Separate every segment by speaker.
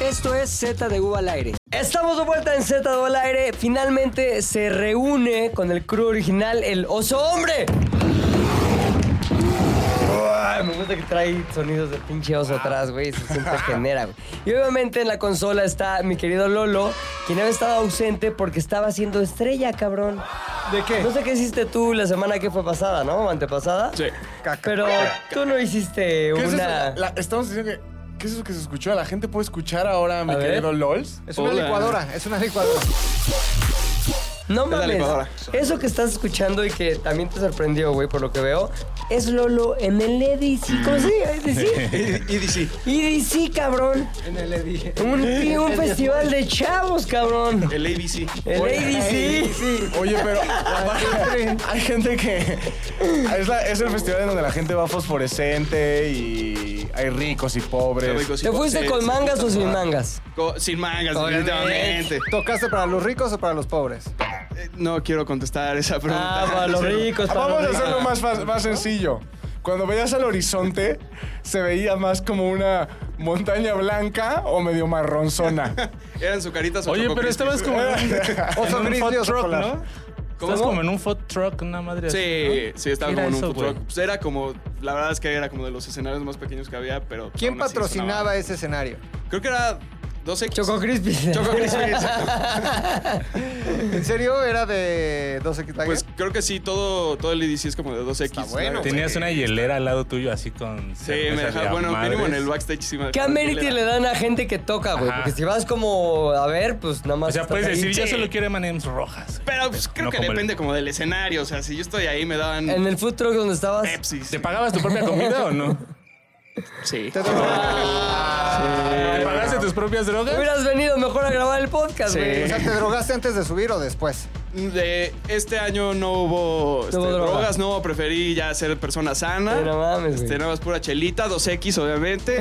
Speaker 1: Esto es Z de U al aire. Estamos de vuelta en Z de U al aire. Finalmente se reúne con el crew original el oso hombre. Ay, me gusta que trae sonidos de pinche oso atrás, güey. Se siente genera, güey. Y obviamente en la consola está mi querido Lolo, quien había estado ausente porque estaba siendo estrella, cabrón.
Speaker 2: ¿De qué?
Speaker 1: No sé qué hiciste tú la semana que fue pasada, ¿no? Antepasada.
Speaker 3: Sí.
Speaker 1: Pero tú no hiciste
Speaker 4: ¿Qué es eso?
Speaker 1: una.
Speaker 4: La- estamos diciendo que. ¿Qué es eso que se escuchó? ¿La gente puede escuchar ahora a mi
Speaker 1: A ver.
Speaker 4: querido LOLs?
Speaker 2: Es una
Speaker 3: Hola.
Speaker 2: licuadora, es una licuadora.
Speaker 1: No
Speaker 3: la
Speaker 1: mames.
Speaker 3: licuadora.
Speaker 1: Eso que estás escuchando y que también te sorprendió, güey, por lo que veo, es Lolo en el EDC. ¿Cómo se dice?
Speaker 3: EDC.
Speaker 1: EDC, cabrón.
Speaker 2: En el Eddy.
Speaker 1: Un, un festival de chavos, cabrón.
Speaker 3: El ABC.
Speaker 1: El ADC.
Speaker 4: Sí. Oye, pero hay gente que... Es, la- es el festival en donde la gente va fosforescente y hay ricos y pobres.
Speaker 1: ¿Te fuiste con mangas o sin mangas?
Speaker 3: mangas? Sin mangas,
Speaker 1: Obviamente.
Speaker 3: definitivamente.
Speaker 2: ¿Tocaste para los ricos o para los pobres?
Speaker 4: Ah,
Speaker 3: Eh, No quiero contestar esa pregunta.
Speaker 1: Ah, para los ricos, para
Speaker 4: Vamos a
Speaker 1: los ricos.
Speaker 4: hacerlo más, fácil- más sencillo. Cuando veías al horizonte, se veía más como una montaña blanca o medio marronzona.
Speaker 3: Eran su caritas
Speaker 5: Oye, pero estabas como en un,
Speaker 2: Oso
Speaker 5: en un
Speaker 2: gris y
Speaker 5: food
Speaker 2: oso
Speaker 5: truck,
Speaker 2: polar.
Speaker 5: ¿no?
Speaker 3: ¿Cómo?
Speaker 5: Estabas como en un food truck, una madre así,
Speaker 3: Sí,
Speaker 5: ¿no?
Speaker 3: sí, estaba
Speaker 5: Era
Speaker 3: como en un
Speaker 5: eso,
Speaker 3: food
Speaker 5: güey.
Speaker 3: truck. Pues era como, la verdad es que era como de los escenarios más pequeños que había, pero. pues
Speaker 2: ¿Quién
Speaker 3: aún así
Speaker 2: patrocinaba
Speaker 3: sonaba.
Speaker 2: ese escenario?
Speaker 3: Creo que era 12
Speaker 1: Choco Crispy.
Speaker 3: Choco Crispies.
Speaker 2: ¿En serio era de 2X Tiger?
Speaker 3: Pues creo que sí, todo, todo el EDC es como de 2X.
Speaker 2: Está bueno,
Speaker 3: ¿no?
Speaker 2: güey.
Speaker 5: Tenías una hielera al lado tuyo así con...
Speaker 3: Sí, me dejaba, bueno, mínimo en el backstage sí me
Speaker 1: ¿Qué
Speaker 3: dejaron
Speaker 1: amenities
Speaker 3: hielera.
Speaker 1: le dan a gente que toca, güey?
Speaker 5: Ajá.
Speaker 1: Porque si vas como a ver, pues nada más.
Speaker 5: O sea,
Speaker 1: estás
Speaker 5: puedes
Speaker 1: ahí.
Speaker 5: decir, ya
Speaker 3: Sí.
Speaker 5: solo quiero M&M's rojas.
Speaker 3: Pero pues, creo
Speaker 5: No
Speaker 3: que
Speaker 5: como el-
Speaker 3: depende como del escenario. O sea, si yo estoy ahí, me daban
Speaker 1: En el food truck donde estabas.
Speaker 3: Pepsi.
Speaker 5: ¿Te pagabas tu propia comida o no?
Speaker 3: Sí.
Speaker 2: Te doy-
Speaker 3: Ah,
Speaker 5: ¿Te pagaste tus propias drogas?
Speaker 1: Hubieras venido mejor a grabar el podcast,
Speaker 3: Sí.
Speaker 1: güey.
Speaker 2: O sea, ¿te drogaste antes de subir o después?
Speaker 3: De este año no hubo, este,
Speaker 1: hubo droga.
Speaker 3: drogas, no, preferí ya ser persona sana.
Speaker 1: Sí, no mames,
Speaker 3: Este,
Speaker 1: güey.
Speaker 3: nada más pura chelita, 2X obviamente.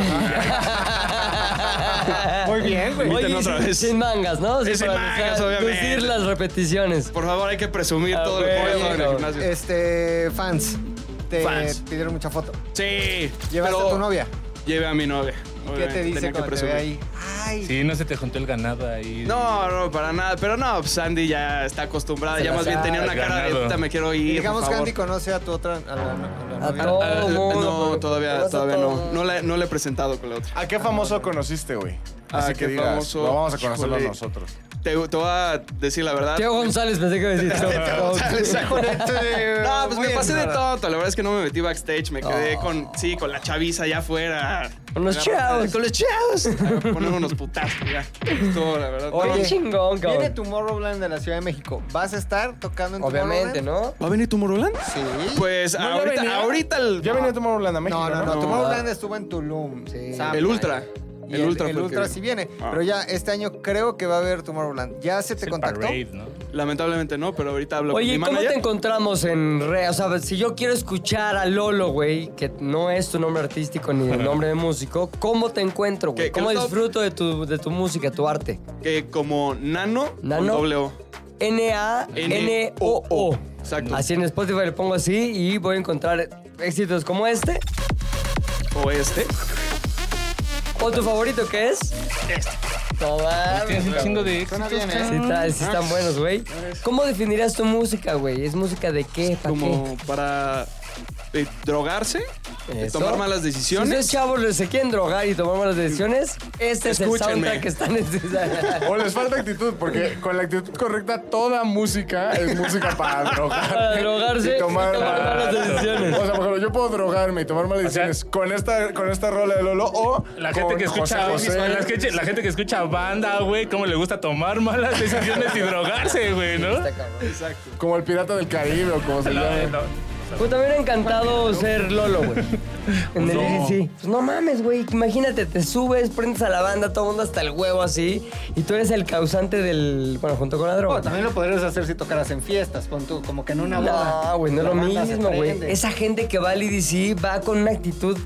Speaker 2: Muy bien, güey.
Speaker 1: Oye,
Speaker 3: Invítame otra
Speaker 1: sin-
Speaker 3: vez.
Speaker 1: Sin mangas, ¿no?
Speaker 3: Sí, sin mangas, obviamente.
Speaker 1: Decir las repeticiones.
Speaker 3: Por favor, hay que presumir
Speaker 1: Ah,
Speaker 3: todo lo que
Speaker 1: bueno.
Speaker 3: puedo en el gimnasio.
Speaker 2: Este, fans, te
Speaker 3: Fans.
Speaker 2: pidieron mucha foto.
Speaker 3: sí.
Speaker 2: ¿Llevaste
Speaker 3: pero
Speaker 2: a tu novia?
Speaker 3: Llevé a mi novia.
Speaker 2: ¿Qué
Speaker 3: obviamente,
Speaker 2: te dice
Speaker 3: tenía que
Speaker 2: cuando te ve
Speaker 3: presumir.
Speaker 2: ahí? Ay,
Speaker 5: Sí, no se te juntó el ganado ahí.
Speaker 3: No, no, para nada. Pero no, pues Andy ya está acostumbrada.
Speaker 1: Se
Speaker 3: ya
Speaker 1: la
Speaker 3: más bien
Speaker 1: sabe,
Speaker 3: tenía una cara de
Speaker 5: ganado.
Speaker 3: puta, me quiero ir.
Speaker 2: digamos
Speaker 3: por
Speaker 2: que
Speaker 3: favor.
Speaker 2: Andy conoce a tu otra... A la, a la
Speaker 1: A
Speaker 2: novia.
Speaker 1: todo
Speaker 3: Ah,
Speaker 1: mundo.
Speaker 3: no,
Speaker 1: porque-
Speaker 3: todavía,
Speaker 1: vas a
Speaker 3: todavía no.
Speaker 1: todo.
Speaker 3: No le, no le he presentado con la otra.
Speaker 4: ¿A qué famoso conociste, güey?
Speaker 3: ¿A
Speaker 4: Así
Speaker 3: qué
Speaker 4: que digas,
Speaker 3: famoso?
Speaker 4: lo vamos a conocerlo
Speaker 3: Híjole.
Speaker 4: nosotros.
Speaker 3: Te, te voy a decir la verdad.
Speaker 1: Teo González, pensé que iba a decir. Teo
Speaker 3: González, Ah, No, pues
Speaker 2: Muy
Speaker 3: me pasé de
Speaker 2: ignorada.
Speaker 3: tonto. La verdad es que no me metí backstage. Me quedé con, sí, con la chaviza allá afuera.
Speaker 1: Con los
Speaker 3: Me
Speaker 1: chavos, con los chavos.
Speaker 3: agarraron- me ponen unos putazos ya. Estuvo, la verdad.
Speaker 1: Oye,
Speaker 3: todo-
Speaker 1: Qué chingón, cabrón.
Speaker 2: Viene Tomorrowland de la Ciudad de México. ¿Vas a estar tocando en
Speaker 1: Obviamente,
Speaker 2: Tomorrowland?
Speaker 1: ¿no?
Speaker 3: ¿Va a venir tu Moroland?
Speaker 2: Sí.
Speaker 3: Pues
Speaker 4: ya
Speaker 3: ahorita,
Speaker 4: venía.
Speaker 3: ahorita el,
Speaker 4: Ya venía a tomar Holanda, México,
Speaker 2: no, no, no,
Speaker 3: No.
Speaker 2: Tomorrowland estuvo en Tulum. Sí.
Speaker 3: Ah, el Ultra.
Speaker 2: Y
Speaker 3: El, Ultra
Speaker 2: el
Speaker 3: fue el que
Speaker 2: Ultra
Speaker 3: vino.
Speaker 2: sí viene.
Speaker 3: Ah.
Speaker 2: Pero ya este año creo que va a haber Tomorrowland. ¿Ya se te
Speaker 5: el
Speaker 2: contactó?
Speaker 5: parade, ¿no?
Speaker 3: Lamentablemente no, pero ahorita hablo
Speaker 1: Oye,
Speaker 3: con
Speaker 1: ¿y
Speaker 3: mi
Speaker 1: ¿cómo te
Speaker 3: manager.
Speaker 1: encontramos en redes? O sea, si yo quiero escuchar a Lolo, güey, que no es tu nombre artístico ni el nombre de músico, ¿cómo te encuentro, güey?
Speaker 3: Que- que
Speaker 1: ¿Cómo
Speaker 3: lo top-
Speaker 1: disfruto de tu, de tu música, tu arte?
Speaker 3: que como Nano,
Speaker 1: Nano.
Speaker 3: con doble O.
Speaker 1: N-A-N-O-O.
Speaker 3: Exacto.
Speaker 1: Así en Spotify le pongo así y voy a encontrar éxitos como este.
Speaker 3: O este.
Speaker 1: ¿O tu favorito qué es?
Speaker 3: Pues
Speaker 1: Toma.
Speaker 5: Tienes un chingo de éxitos,
Speaker 2: Suena bien, ¿eh?
Speaker 1: Sí, está- sí están buenos, güey. ¿Cómo definirías tu música, güey? ¿Es música de qué? ¿Para
Speaker 3: Como para eh, drogarse, eh,
Speaker 1: qué? Eso.
Speaker 3: tomar malas
Speaker 1: Si ustedes,
Speaker 3: decisiones.
Speaker 1: chavos, les se quieren drogar y tomar malas decisiones, este es el
Speaker 3: Escúchenme.
Speaker 1: soundtrack que están necesitando.
Speaker 4: O les falta actitud, porque con la actitud correcta toda música es música para drogar.
Speaker 1: Para drogarse y tomar malas decisiones.
Speaker 4: O sea, por ejemplo, yo puedo drogarme y tomar malas decisiones con, esta, con esta rola de Lolo o
Speaker 5: La gente,
Speaker 4: con
Speaker 5: que escucha,
Speaker 4: José José.
Speaker 5: la, gente, la gente que escucha banda, güey, cómo le gusta tomar malas decisiones y drogarse, güey, ¿no?
Speaker 3: Exacto.
Speaker 4: Como el pirata del Caribe o como se llama.
Speaker 5: No, no.
Speaker 1: Puta, me hubiera encantado ser Lolo, güey. En el
Speaker 5: no.
Speaker 1: EDC. Pues no mames, güey. Imagínate, te subes, prendes a la banda, todo el mundo hasta el huevo así. Y tú eres el causante del. Bueno, junto con la droga.
Speaker 2: Bueno, también lo podrías hacer si tocaras en fiestas, pon tú, como que en una boda.
Speaker 1: No, güey, no es
Speaker 2: La
Speaker 1: lo
Speaker 2: banda se
Speaker 1: mismo, güey.
Speaker 2: prende.
Speaker 1: Esa gente que va al IDC va con una actitud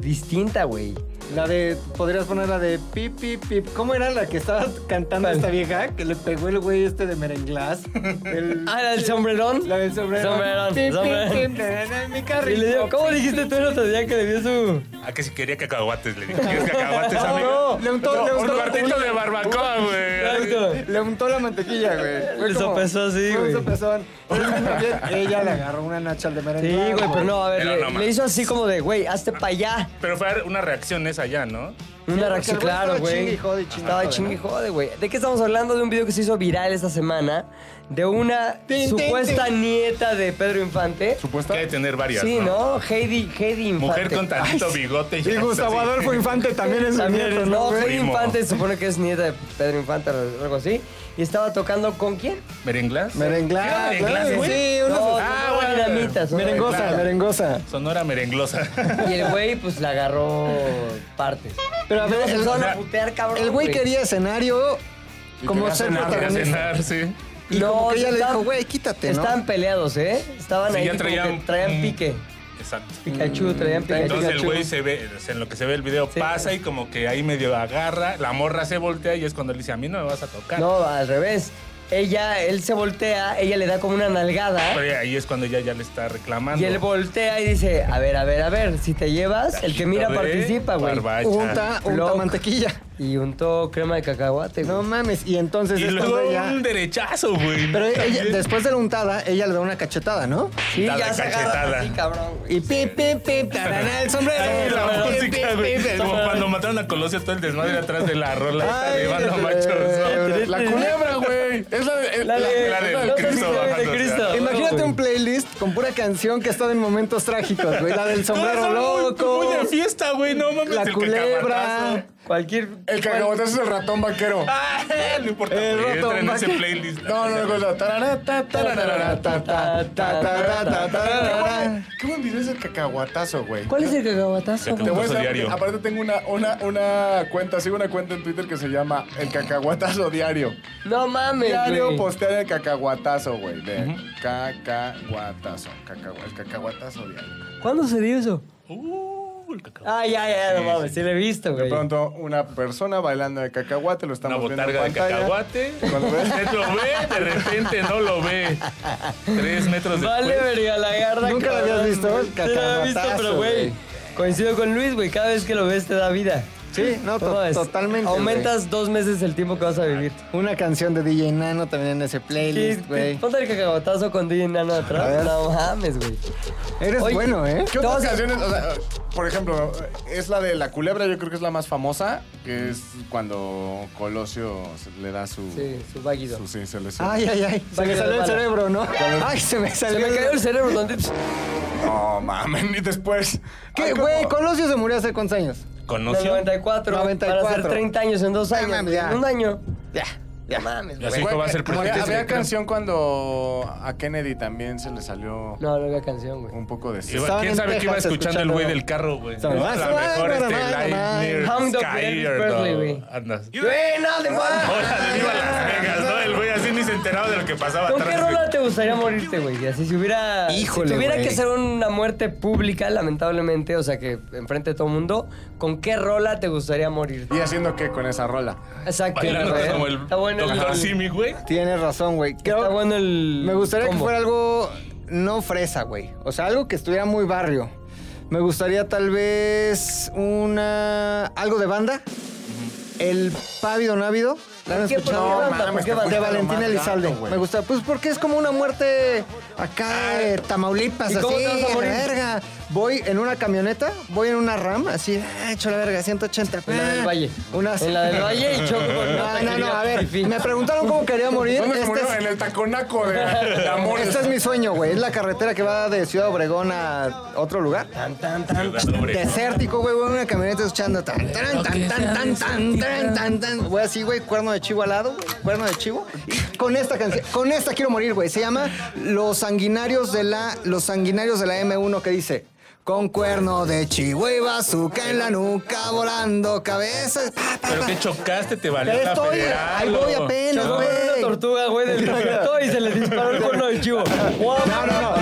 Speaker 1: distinta, güey.
Speaker 2: La de, podrías poner la de pip, pip, pip. ¿Cómo era la que estaba cantando
Speaker 1: ¿Cuál?
Speaker 2: esta vieja? Que le pegó el güey este de merenglás. El-
Speaker 1: Ah, el sombrerón.
Speaker 2: la del sombrero.
Speaker 1: Sombrerón,
Speaker 2: Pip, pip,
Speaker 1: sombrerón.
Speaker 2: pip, na, na, na, en mi
Speaker 1: Y
Speaker 2: carrito.
Speaker 1: le digo, ¿cómo dijiste tú el otro día que le dio su...?
Speaker 5: Ah, que si quería cacahuates, le dije, ¿quieres cacahuates, amigo?
Speaker 1: No,
Speaker 2: No, le untó, le
Speaker 5: Un
Speaker 2: untó,
Speaker 5: cuartito de barbacoa, güey.
Speaker 2: le untó la mantequilla, güey. Fue
Speaker 1: Un
Speaker 2: como-
Speaker 1: sopesón, sí,
Speaker 2: fue
Speaker 1: güey.
Speaker 2: Un sopesón. Pero también Ella le agarró una nacha al de merengue.
Speaker 1: Sí, güey, pero no, a ver,
Speaker 5: Pero
Speaker 1: le,
Speaker 5: no
Speaker 1: le
Speaker 5: mames.
Speaker 1: hizo así como de, güey, hazte para allá.
Speaker 5: Pero fue una reacción esa ya, ¿no?
Speaker 1: Una
Speaker 2: porque
Speaker 1: reacción,
Speaker 2: el güey
Speaker 1: claro, güey.
Speaker 2: estaba chingue y jode y chingue y
Speaker 1: Estaba
Speaker 2: jode,
Speaker 1: chingue y jode, güey. ¿De qué estamos hablando? De un video que se hizo viral esta semana de una
Speaker 2: Tin, tin,
Speaker 1: supuesta nieta de Pedro Infante.
Speaker 5: Supuesto. Que hay que tener varias.
Speaker 1: Sí, ¿no? Heidi, Heidi Infante.
Speaker 5: Mujer con tantito bigote. pues,
Speaker 2: Y Gustavo Adolfo Infante también es un
Speaker 1: También,
Speaker 2: nieto, ¿no,
Speaker 1: no,
Speaker 2: güey?
Speaker 1: Heidi
Speaker 5: Primo.
Speaker 1: Infante se supone que es nieta de Pedro Infante o algo así. Y estaba tocando con quién?
Speaker 5: ¿Merenglas?
Speaker 2: Merenglada,
Speaker 5: ¿Qué merenglas,
Speaker 2: claro,
Speaker 5: güey?
Speaker 2: Sí,
Speaker 1: No,
Speaker 2: una
Speaker 1: no,
Speaker 5: Ah,
Speaker 1: no,
Speaker 5: bueno.
Speaker 1: dinamitas, ¿no?
Speaker 2: merengosa,
Speaker 5: claro.
Speaker 2: merengosa.
Speaker 5: Sonora merenglosa.
Speaker 1: Y el güey, pues, la agarró partes.
Speaker 2: Pero a
Speaker 1: No,
Speaker 2: ver,
Speaker 1: se
Speaker 2: el,
Speaker 1: empezaron a putear, cabrón.
Speaker 2: el güey quería escenario como
Speaker 4: quería
Speaker 2: ser
Speaker 4: cenar,
Speaker 5: Para
Speaker 2: protagonista.
Speaker 5: cenar, sí.
Speaker 2: Y como que ella le
Speaker 1: estaban-
Speaker 2: dijo, güey, quítate, ¿no?
Speaker 1: Estaban peleados, ¿eh? Estaban
Speaker 5: Sí,
Speaker 1: ahí.
Speaker 5: ya
Speaker 1: como que
Speaker 5: traían.
Speaker 1: Traían, pique.
Speaker 5: Exacto.
Speaker 1: Pikachu, traían Pikachu.
Speaker 5: Entonces el güey se ve, o sea, en lo que se ve el video
Speaker 1: Sí.
Speaker 5: pasa y como que ahí medio agarra, la morra se voltea y es cuando le dice, a mí no me vas a tocar.
Speaker 1: No, al revés. Ella, él se voltea, ella le da como una nalgada.
Speaker 5: Pero ahí es cuando ya, ya le está reclamando.
Speaker 1: Y él voltea y dice, a ver, a ver, a ver, si te llevas, el que mira
Speaker 5: Tajito de
Speaker 1: participa, güey.
Speaker 5: barbacha.
Speaker 2: Unta, unta
Speaker 1: Block.
Speaker 2: mantequilla.
Speaker 1: Y untó crema de cacahuate,
Speaker 2: No
Speaker 1: güey.
Speaker 2: mames. Y entonces
Speaker 5: Y
Speaker 2: es
Speaker 5: luego
Speaker 2: cuando ella-
Speaker 5: un derechazo, güey.
Speaker 2: Pero ella,
Speaker 5: También.
Speaker 2: después de la untada, ella le da una cachetada, ¿no?
Speaker 1: Sí,
Speaker 5: Dale
Speaker 1: ya se agarra
Speaker 5: cachetada.
Speaker 1: así, cabrón, güey.
Speaker 2: Y pip, pip, pip, tarará, el
Speaker 5: Ay,
Speaker 2: sombrero.
Speaker 5: la
Speaker 2: Pip,
Speaker 5: música,
Speaker 2: pip,
Speaker 5: güey.
Speaker 2: pip,
Speaker 5: Como
Speaker 2: el-
Speaker 5: cuando mataron a Colosio, todo el desmadre atrás de la rola esta de
Speaker 2: Ay,
Speaker 5: banda
Speaker 2: eh,
Speaker 5: machos.
Speaker 4: La culebra, güey. Es la de.
Speaker 1: La de-
Speaker 5: la de
Speaker 1: no te
Speaker 5: Cristo
Speaker 1: olvides
Speaker 5: bajándose.
Speaker 2: Imagínate un playlist con pura canción que está en momentos trágicos, güey. La del sombrero loco.
Speaker 5: Muy de fiesta, güey. No mames.
Speaker 2: La
Speaker 5: el
Speaker 2: culebra.
Speaker 5: cacahuatazo.
Speaker 1: Cualquier...
Speaker 4: El cacahuatazo es el ratón vaquero.
Speaker 5: Ah, no importa.
Speaker 2: El
Speaker 5: güey,
Speaker 2: roto
Speaker 5: entra en ese
Speaker 2: vaque-
Speaker 5: playlist.
Speaker 4: No, no, no, cosa. Tarara, ta, tarara, ta, ta, ta, tarara, ta, tarara. Qué buen video es el cacahuatazo, güey.
Speaker 1: ¿Cuál es el cacahuatazo?
Speaker 5: Cacahuatazo.
Speaker 4: Te voy a
Speaker 5: Cacahuatazo diario.
Speaker 4: decir, aparte tengo una, una, una cuenta, sigo una cuenta en Twitter que se llama El Cacahuatazo Diario.
Speaker 1: No mames,
Speaker 4: Diario
Speaker 1: güey.
Speaker 4: postean el cacahuatazo, güey. De cacahuatazo. cacahua- el cacahuatazo diario.
Speaker 1: ¿Cuándo se dio eso?
Speaker 5: Uh, el cacahuatazo.
Speaker 1: Ah, ya,
Speaker 2: Eh,
Speaker 1: ya, no mames, sí lo he visto,
Speaker 4: De
Speaker 1: güey.
Speaker 4: pronto, una persona bailando de cacahuate, lo
Speaker 5: Una
Speaker 4: estamos viendo en
Speaker 5: botarga de
Speaker 4: pantalla.
Speaker 5: cacahuate.
Speaker 4: Cuando ves-
Speaker 5: Usted lo ve, de repente no lo ve. Tres metros después.
Speaker 1: Vale, verga, la garra.
Speaker 2: ¿Nunca lo
Speaker 1: cabrón,
Speaker 2: habías visto?
Speaker 1: güey. Sí, lo había visto,
Speaker 2: Cacahuatazo,
Speaker 1: pero, güey.
Speaker 2: güey.
Speaker 1: Coincido con Luis, güey. Cada vez que lo ves te da vida.
Speaker 2: Sí, no, to-
Speaker 1: ¿Cómo ves?
Speaker 2: totalmente. güey. Ah,
Speaker 1: Aumentas dos meses el tiempo que vas a vivir.
Speaker 2: Una canción de DJ Nano también en ese
Speaker 1: Sí,
Speaker 2: playlist,
Speaker 1: sí,
Speaker 2: güey.
Speaker 1: Ponte el cacahuatazo con DJ Nano
Speaker 2: A
Speaker 1: atrás.
Speaker 2: ver.
Speaker 1: No mames, güey.
Speaker 2: Eres
Speaker 1: Oye,
Speaker 2: bueno, ¿eh?
Speaker 4: ¿Qué otras
Speaker 1: Todas-
Speaker 4: canciones? O sea, por ejemplo, es la de La Culebra, yo creo que es la más famosa, que es cuando Colosio se- le da su...
Speaker 1: Sí, su váguido.
Speaker 4: su- sí, se le sube.
Speaker 2: Ay, ay, ay. Se me
Speaker 1: Sangre de
Speaker 2: salió el
Speaker 1: bala.
Speaker 2: cerebro, ¿no? Ay, se me
Speaker 1: Se
Speaker 2: salió.
Speaker 1: me cayó el cerebro. ¿dónde?
Speaker 4: No, mamen. Y después...
Speaker 2: ¿Qué,
Speaker 4: Ay, ¿cómo?
Speaker 2: güey? Colosio se murió hace cuántos años.
Speaker 1: Del
Speaker 5: ¿Conoció?
Speaker 1: 94. Para
Speaker 2: 94.
Speaker 1: hacer 30 años en dos
Speaker 2: Ah,
Speaker 1: años.
Speaker 2: mames, ya.
Speaker 1: En un año.
Speaker 2: Ya, ya.
Speaker 1: Mames,
Speaker 5: Y
Speaker 1: güey.
Speaker 5: así
Speaker 4: Güey,
Speaker 5: hijo va a ser
Speaker 4: como había,
Speaker 5: presidente.
Speaker 4: había canción cuando a Kennedy también se le salió
Speaker 1: No, no había canción, güey.
Speaker 4: un poco de...
Speaker 5: Sí, güey,
Speaker 2: Estaban
Speaker 5: ¿Quién
Speaker 2: en
Speaker 5: sabe qué iba
Speaker 2: Texas
Speaker 5: escuchando el güey
Speaker 2: escuchando-
Speaker 5: del carro, güey?
Speaker 2: Estaban-
Speaker 5: No, a lo mejor este Lightning
Speaker 1: Hound of
Speaker 5: Sky
Speaker 1: Elvis
Speaker 5: or
Speaker 1: Presley,
Speaker 5: no.
Speaker 1: güey.
Speaker 5: Andas.
Speaker 1: You ain't
Speaker 2: Ah.
Speaker 1: nothing but-
Speaker 5: Hola, de viva Las Vegas, ¿no? El güey así ni se enteraba de lo que pasaba
Speaker 1: ¿Con qué
Speaker 5: atrás.
Speaker 1: rola
Speaker 5: güey.
Speaker 1: te gustaría morirte, güey? Así si hubiera.
Speaker 2: Híjole,
Speaker 1: si tuviera
Speaker 2: güey.
Speaker 1: que ser una muerte pública, lamentablemente, o sea que enfrente de todo el mundo, ¿con qué rola te gustaría morirte?
Speaker 4: ¿Y haciendo qué con esa rola?
Speaker 1: Exacto.
Speaker 5: Bailando
Speaker 1: güey.
Speaker 5: pues como el
Speaker 1: eh? Está bueno el-
Speaker 5: doctor Simi, güey.
Speaker 2: Tienes razón, güey. Creo-
Speaker 1: Está bueno el.
Speaker 2: Me gustaría que
Speaker 1: combo.
Speaker 2: fuera algo no fresa, güey. O sea, algo que estuviera muy barrio. Me gustaría tal vez una... algo de banda. El Pávido Návido. ¿La han
Speaker 1: ¿Por qué?
Speaker 2: escuchado?
Speaker 1: ¿Por qué banda?
Speaker 2: mames,
Speaker 1: ¿Por qué
Speaker 2: te
Speaker 1: banda?
Speaker 2: fuiste De Valentín
Speaker 4: a lo más
Speaker 2: Elizalde.
Speaker 4: gato, güey.
Speaker 2: Me gusta, pues porque es como una muerte acá de Tamaulipas,
Speaker 1: Ah. ¿Y
Speaker 2: así,
Speaker 1: cómo te vas a
Speaker 2: a la
Speaker 1: morir?
Speaker 2: verga. Voy en una camioneta, voy en una RAM, así, ah, hecho la verga, 180.
Speaker 1: En la del
Speaker 2: ah,
Speaker 1: Valle.
Speaker 2: Una...
Speaker 1: En la del Valle y choco con.
Speaker 2: No, no, no, a ver, me preguntaron cómo quería morir.
Speaker 4: ¿Dónde se
Speaker 2: Este
Speaker 4: murió?
Speaker 2: es-
Speaker 4: En el taconaco de, de amor.
Speaker 2: este es mi sueño, güey. Es la carretera que va de Ciudad Obregón a otro lugar.
Speaker 5: Ah, Ciudad Obregón.
Speaker 2: Desértico, güey. Voy en una camioneta escuchando. Tan, tan, tan, tan, tan, tan, tan, tan, tan. Voy así, güey. Cuerno de chivo al lado, güey, Cuerno de chivo. Y con esta canción. Con esta quiero morir, güey. Se llama Los sanguinarios de la. Los sanguinarios de la M1 que dice. Con cuerno de chivo y bazooka en la nuca, volando cabezas. Pa, pa,
Speaker 5: Pero
Speaker 2: pa.
Speaker 5: que chocaste, te valió
Speaker 2: Ya
Speaker 5: la
Speaker 2: estoy,
Speaker 5: federal.
Speaker 2: ahí voy
Speaker 5: o-
Speaker 2: apenas,
Speaker 1: Chocó
Speaker 2: güey.
Speaker 1: con una tortuga, güey, del desierto y se le disparó el cono de chivo.
Speaker 2: No, no, no.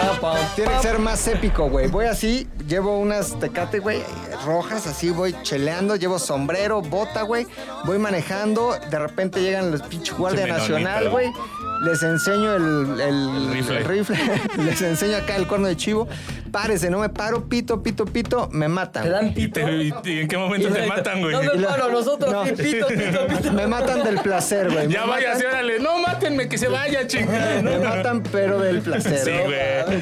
Speaker 2: Tiene que ser más épico, güey. Voy así, llevo unas tecate, güey, rojas, así voy cheleando, llevo sombrero, bota, güey. Voy manejando, de repente llegan los pinches Guardia
Speaker 5: menonita,
Speaker 2: Nacional,
Speaker 5: güey.
Speaker 2: güey. les enseño el, el-
Speaker 5: rifle.
Speaker 2: el rifle, les enseño acá el cuerno de chivo. Párese, no me paro, pito, pito, pito, me matan.
Speaker 1: Te dan
Speaker 5: ¿Y,
Speaker 1: pito.
Speaker 5: te- y- y en qué momento te matan, güey?
Speaker 1: No me
Speaker 2: la-
Speaker 1: paro, nosotros
Speaker 2: No.
Speaker 1: sí, pito, pito, pito.
Speaker 2: Me matan del placer, güey.
Speaker 5: Ya
Speaker 2: Me
Speaker 5: vaya,
Speaker 2: matan-
Speaker 5: sí, órale. No, mátenme, que se vaya, chingada.
Speaker 2: Me matan, pero del placer.
Speaker 5: Sí,
Speaker 2: ¿no?
Speaker 5: güey.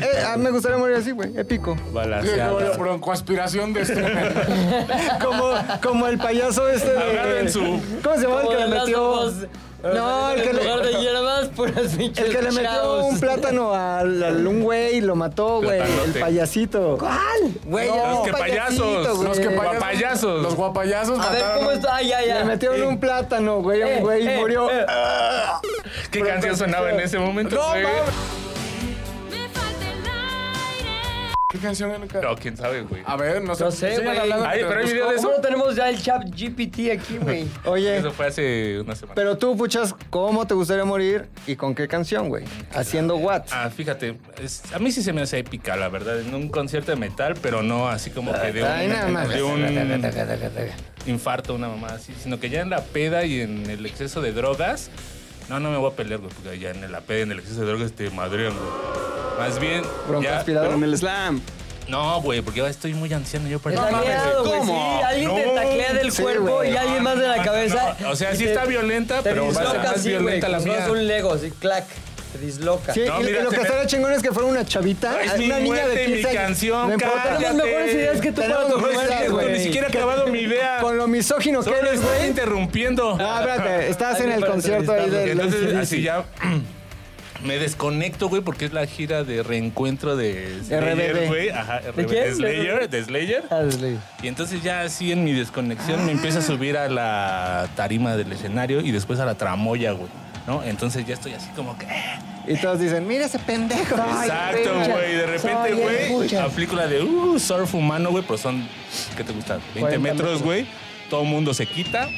Speaker 2: Eh, ah, me gustaría morir así, güey. Épico.
Speaker 5: Balaseada.
Speaker 4: broncoaspiración de este.
Speaker 2: Como, como el payaso este de.
Speaker 5: Agarren su-
Speaker 2: ¿Cómo se llama el
Speaker 1: Como
Speaker 2: que le
Speaker 1: de las
Speaker 2: metió?
Speaker 1: ojos,
Speaker 2: No, el que
Speaker 1: pues, en
Speaker 2: le.
Speaker 1: lugar de hierbas, puras pinches
Speaker 2: El que le metió
Speaker 1: chavos.
Speaker 2: un plátano al, al un güey y lo mató, güey. El
Speaker 5: Platanote.
Speaker 2: payaso. ¿Cuál? Güey,
Speaker 5: No,
Speaker 2: era
Speaker 5: los
Speaker 2: un
Speaker 5: que
Speaker 2: payasito,
Speaker 5: payasos,
Speaker 2: güey.
Speaker 5: los que pa- Guapayasos.
Speaker 4: Los guapayasos
Speaker 1: A ver,
Speaker 4: mataron
Speaker 1: ¿cómo está? Ah, Ay, ay,
Speaker 2: Le
Speaker 1: ay.
Speaker 2: metieron un plátano, güey, a
Speaker 1: Eh,
Speaker 2: un güey
Speaker 1: eh,
Speaker 2: y murió.
Speaker 1: eh.
Speaker 5: ¿Qué canción sonaba en ese momento,
Speaker 2: No,
Speaker 5: güey?
Speaker 2: mames.
Speaker 6: Me falta el aire.
Speaker 4: ¿Qué canción era?
Speaker 5: No, quién sabe, güey.
Speaker 4: A ver, no sé.
Speaker 1: No sé,
Speaker 4: Sigan
Speaker 1: güey.
Speaker 4: hablando
Speaker 5: Ay, pero hay
Speaker 4: mientras
Speaker 5: video de
Speaker 4: busco.
Speaker 1: ¿Cómo
Speaker 5: eso.
Speaker 1: no tenemos ya el chat GPT aquí, güey?
Speaker 2: Oye,
Speaker 5: Eso fue hace una semana.
Speaker 2: pero tú, puchas, ¿cómo te gustaría morir y con qué canción, güey? Haciendo what?
Speaker 5: Ah, fíjate, es- a mí sí se me hace épica, la verdad, en un concierto de metal, pero no así como que de
Speaker 2: Ay, nada
Speaker 5: un,
Speaker 2: más.
Speaker 5: de un infarto, una mamá así, sino que ya en la peda y en el exceso de drogas, no, no me voy a pelear, güey, porque ya en la peda y en el exceso de drogas te madrean, güey. Más bien, ya,
Speaker 3: Pero
Speaker 2: Broncoaspirador.
Speaker 3: en el slam.
Speaker 5: no, güey, porque ya estoy muy anciano yo para
Speaker 1: Está
Speaker 5: No, mames,
Speaker 1: miedo,
Speaker 5: güey.
Speaker 1: güey. Sí,
Speaker 3: ¿Cómo?
Speaker 1: alguien te
Speaker 5: No.
Speaker 1: taclea del
Speaker 2: Sí,
Speaker 1: cuerpo
Speaker 2: güey.
Speaker 1: y alguien más de la
Speaker 5: No,
Speaker 1: cabeza.
Speaker 5: no, o sea,
Speaker 1: y
Speaker 5: sí
Speaker 1: te-
Speaker 5: está violenta,
Speaker 1: Te
Speaker 5: pero va a ser
Speaker 1: disloca
Speaker 5: más
Speaker 1: así,
Speaker 5: violenta
Speaker 1: güey,
Speaker 5: la
Speaker 1: como si
Speaker 5: mía.
Speaker 1: fueras un Lego, así, clac. Te disloca.
Speaker 2: Sí,
Speaker 5: No,
Speaker 2: y- y
Speaker 5: mira,
Speaker 2: lo
Speaker 5: se
Speaker 2: que
Speaker 5: me-
Speaker 2: estaría chingón es que fuera una chavita.
Speaker 5: Es
Speaker 2: una
Speaker 5: mi
Speaker 2: niña de
Speaker 5: muerte,
Speaker 2: 15
Speaker 5: mi
Speaker 2: años.
Speaker 5: canción,
Speaker 2: No importa.
Speaker 5: cállate.
Speaker 1: Tenemos mejores ideas que tú para
Speaker 2: Tenemos
Speaker 1: tu
Speaker 2: mejores
Speaker 1: muerte,
Speaker 2: ideas,
Speaker 5: Ni
Speaker 1: güey.
Speaker 5: siquiera he acabado mi idea.
Speaker 2: Con lo misógino que
Speaker 5: Solo
Speaker 2: eres,
Speaker 5: estoy
Speaker 2: güey. Ah,
Speaker 5: interrumpiendo.
Speaker 2: No, espérate, estás
Speaker 1: Ay,
Speaker 2: en el
Speaker 1: para
Speaker 2: concierto ahí de
Speaker 5: Entonces, así ya me desconecto, güey, porque es la gira de reencuentro de
Speaker 2: RBD.
Speaker 5: Slayer, güey. Ajá,
Speaker 1: ¿De
Speaker 5: RBD.
Speaker 1: quién?
Speaker 5: Slayer, de Slayer. Y entonces ya así en mi desconexión me empiezo a subir a la tarima del escenario y después a la tramoya, güey. ¿No? Entonces ya estoy así como que... eh,
Speaker 2: Y todos dicen, mira ese pendejo.
Speaker 5: Exacto, güey. De repente, güey, aplico la de uh, surf humano, güey, pero son, ¿qué te gusta? 20
Speaker 1: pues.
Speaker 5: metros, güey. Todo el mundo se quita.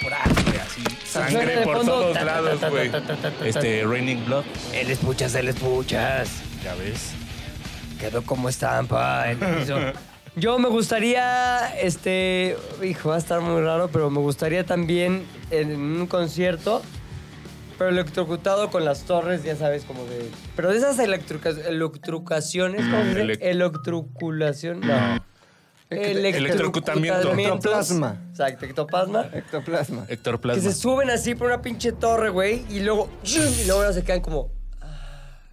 Speaker 5: Por ahí, güey, así.
Speaker 1: suena
Speaker 5: Sangre
Speaker 1: de
Speaker 5: por
Speaker 1: fondo,
Speaker 5: todos
Speaker 1: ta, ta, ta,
Speaker 5: lados,
Speaker 1: ta,
Speaker 5: güey.
Speaker 1: ta, ta, ta, ta.
Speaker 5: Este, Raining Blood,
Speaker 1: Él escuchas, él escuchas.
Speaker 5: ya ves.
Speaker 1: Quedó como estampa en el piso. Yo me gustaría, este, hijo, va a estar muy raro, pero me gustaría también en un concierto, pero electrocutado con las torres, ya sabes, como de... Pero de esas electruca, electrucaciones, ¿cómo se dice?
Speaker 5: Elec-
Speaker 1: Electroculación, no.
Speaker 5: Electrocutamiento.
Speaker 2: Ectoplasma.
Speaker 1: Exacto, ectoplasma.
Speaker 2: Ectoplasma.
Speaker 5: Héctor
Speaker 1: Que
Speaker 5: Plasma.
Speaker 1: se suben así por una pinche torre, güey, y luego... Y luego ya se quedan como...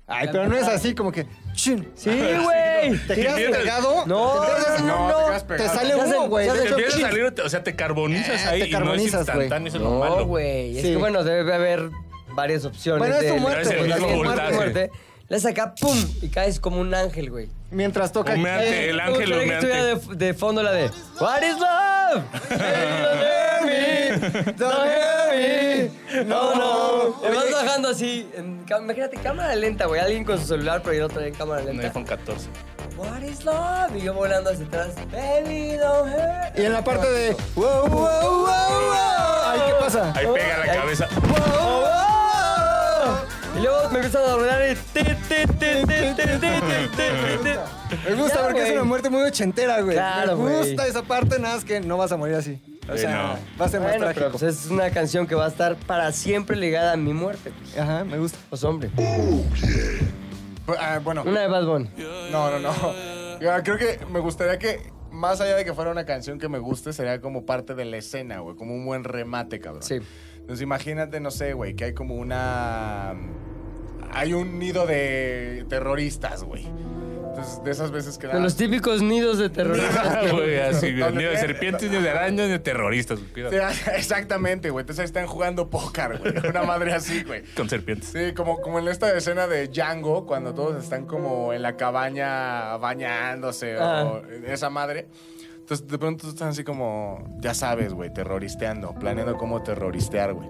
Speaker 2: Ay, pero no es así como que. chin.
Speaker 1: ¡Sí, güey!
Speaker 2: Te quedas
Speaker 5: quieres?
Speaker 2: pegado.
Speaker 1: No,
Speaker 2: te quedas-
Speaker 1: no, no,
Speaker 4: No, te
Speaker 1: no.
Speaker 4: quedas
Speaker 2: Te
Speaker 4: pegado.
Speaker 2: sale
Speaker 1: Ya
Speaker 2: uno,
Speaker 1: se-
Speaker 2: güey.
Speaker 1: ya
Speaker 2: de
Speaker 5: Te
Speaker 1: se
Speaker 2: hecho,
Speaker 5: empieza a
Speaker 2: chin.
Speaker 5: salir, o sea, te carbonizas
Speaker 2: Eh,
Speaker 5: ahí
Speaker 2: te
Speaker 5: y no
Speaker 2: carbonizas,
Speaker 5: es instantáneo, eso es lo
Speaker 1: No,
Speaker 5: malo.
Speaker 1: güey. Es
Speaker 2: Sí.
Speaker 1: que bueno, debe haber varias opciones.
Speaker 2: Bueno, es tu
Speaker 1: de-
Speaker 2: muerte,
Speaker 1: de-
Speaker 5: güey,
Speaker 1: de-
Speaker 5: es tu
Speaker 1: de-
Speaker 5: voltaje.
Speaker 1: muerte. Le das acá, ¡pum! Y caes como un ángel, güey.
Speaker 2: Mientras toca.
Speaker 5: Humeante,
Speaker 2: Eh,
Speaker 5: el
Speaker 1: Me
Speaker 5: ángel
Speaker 1: gustaría que estuviera
Speaker 5: humeante.
Speaker 1: de, de fondo la de What is love? Don't hurt me, don't hurt me. No, no. Te vas bajando así. en ca- imagínate, cámara lenta, güey. Alguien con su celular, pero yo no traía cámara
Speaker 5: Un
Speaker 1: lenta.
Speaker 5: iPhone 14.
Speaker 1: What is love? Y yo volando hacia atrás. Baby, don't hurt.
Speaker 2: Y en la parte de. Wow, wow, wow, wow. Ay, ¿qué pasa?
Speaker 5: Ahí pega la
Speaker 1: Ay.
Speaker 5: cabeza.
Speaker 1: Y luego me empiezan a rodear y... ti, ti, ti, ti, ti, ti, ti, ti, ti.
Speaker 2: Me gusta
Speaker 1: Ya,
Speaker 2: porque es
Speaker 1: güey.
Speaker 2: una muerte muy ochentera, güey.
Speaker 1: Claro,
Speaker 2: Me
Speaker 1: güey.
Speaker 2: gusta esa parte, nada más que no vas a morir así. O
Speaker 5: Sí,
Speaker 2: sea,
Speaker 5: Eh, no.
Speaker 2: va a ser más
Speaker 1: Bueno, pero
Speaker 2: trágico.
Speaker 1: pues es una canción que va a estar para siempre ligada a mi muerte. Pues,
Speaker 2: Ajá, me gusta.
Speaker 1: Pues, hombre.
Speaker 4: Ah, bueno,
Speaker 1: Una de Bad Bunny.
Speaker 4: no, no, no. Ah, Creo que me gustaría que, más allá de que fuera una canción que me guste, sería como parte de la escena, güey. Como un buen remate, cabrón.
Speaker 1: Sí.
Speaker 4: Entonces imagínate, no sé, güey, que hay como una... Hay un nido de terroristas, güey. Entonces, de esas veces que...
Speaker 1: De los típicos nidos de terroristas.
Speaker 5: Güey, así, güey.
Speaker 4: Donde
Speaker 5: Ni de
Speaker 4: te-
Speaker 5: serpientes, ni de arañas, ni de terroristas. güey, Cuidado.
Speaker 4: Sí, ah, Exactamente, güey. Entonces ahí están jugando póker, güey. Una madre así, güey.
Speaker 5: Con serpientes.
Speaker 4: Sí, como, como en esta escena de Django, cuando todos están como en la cabaña bañándose
Speaker 1: Ah.
Speaker 4: o esa madre. Entonces, de pronto están así como, ya sabes, güey, terroristeando, planeando cómo terroristear, güey.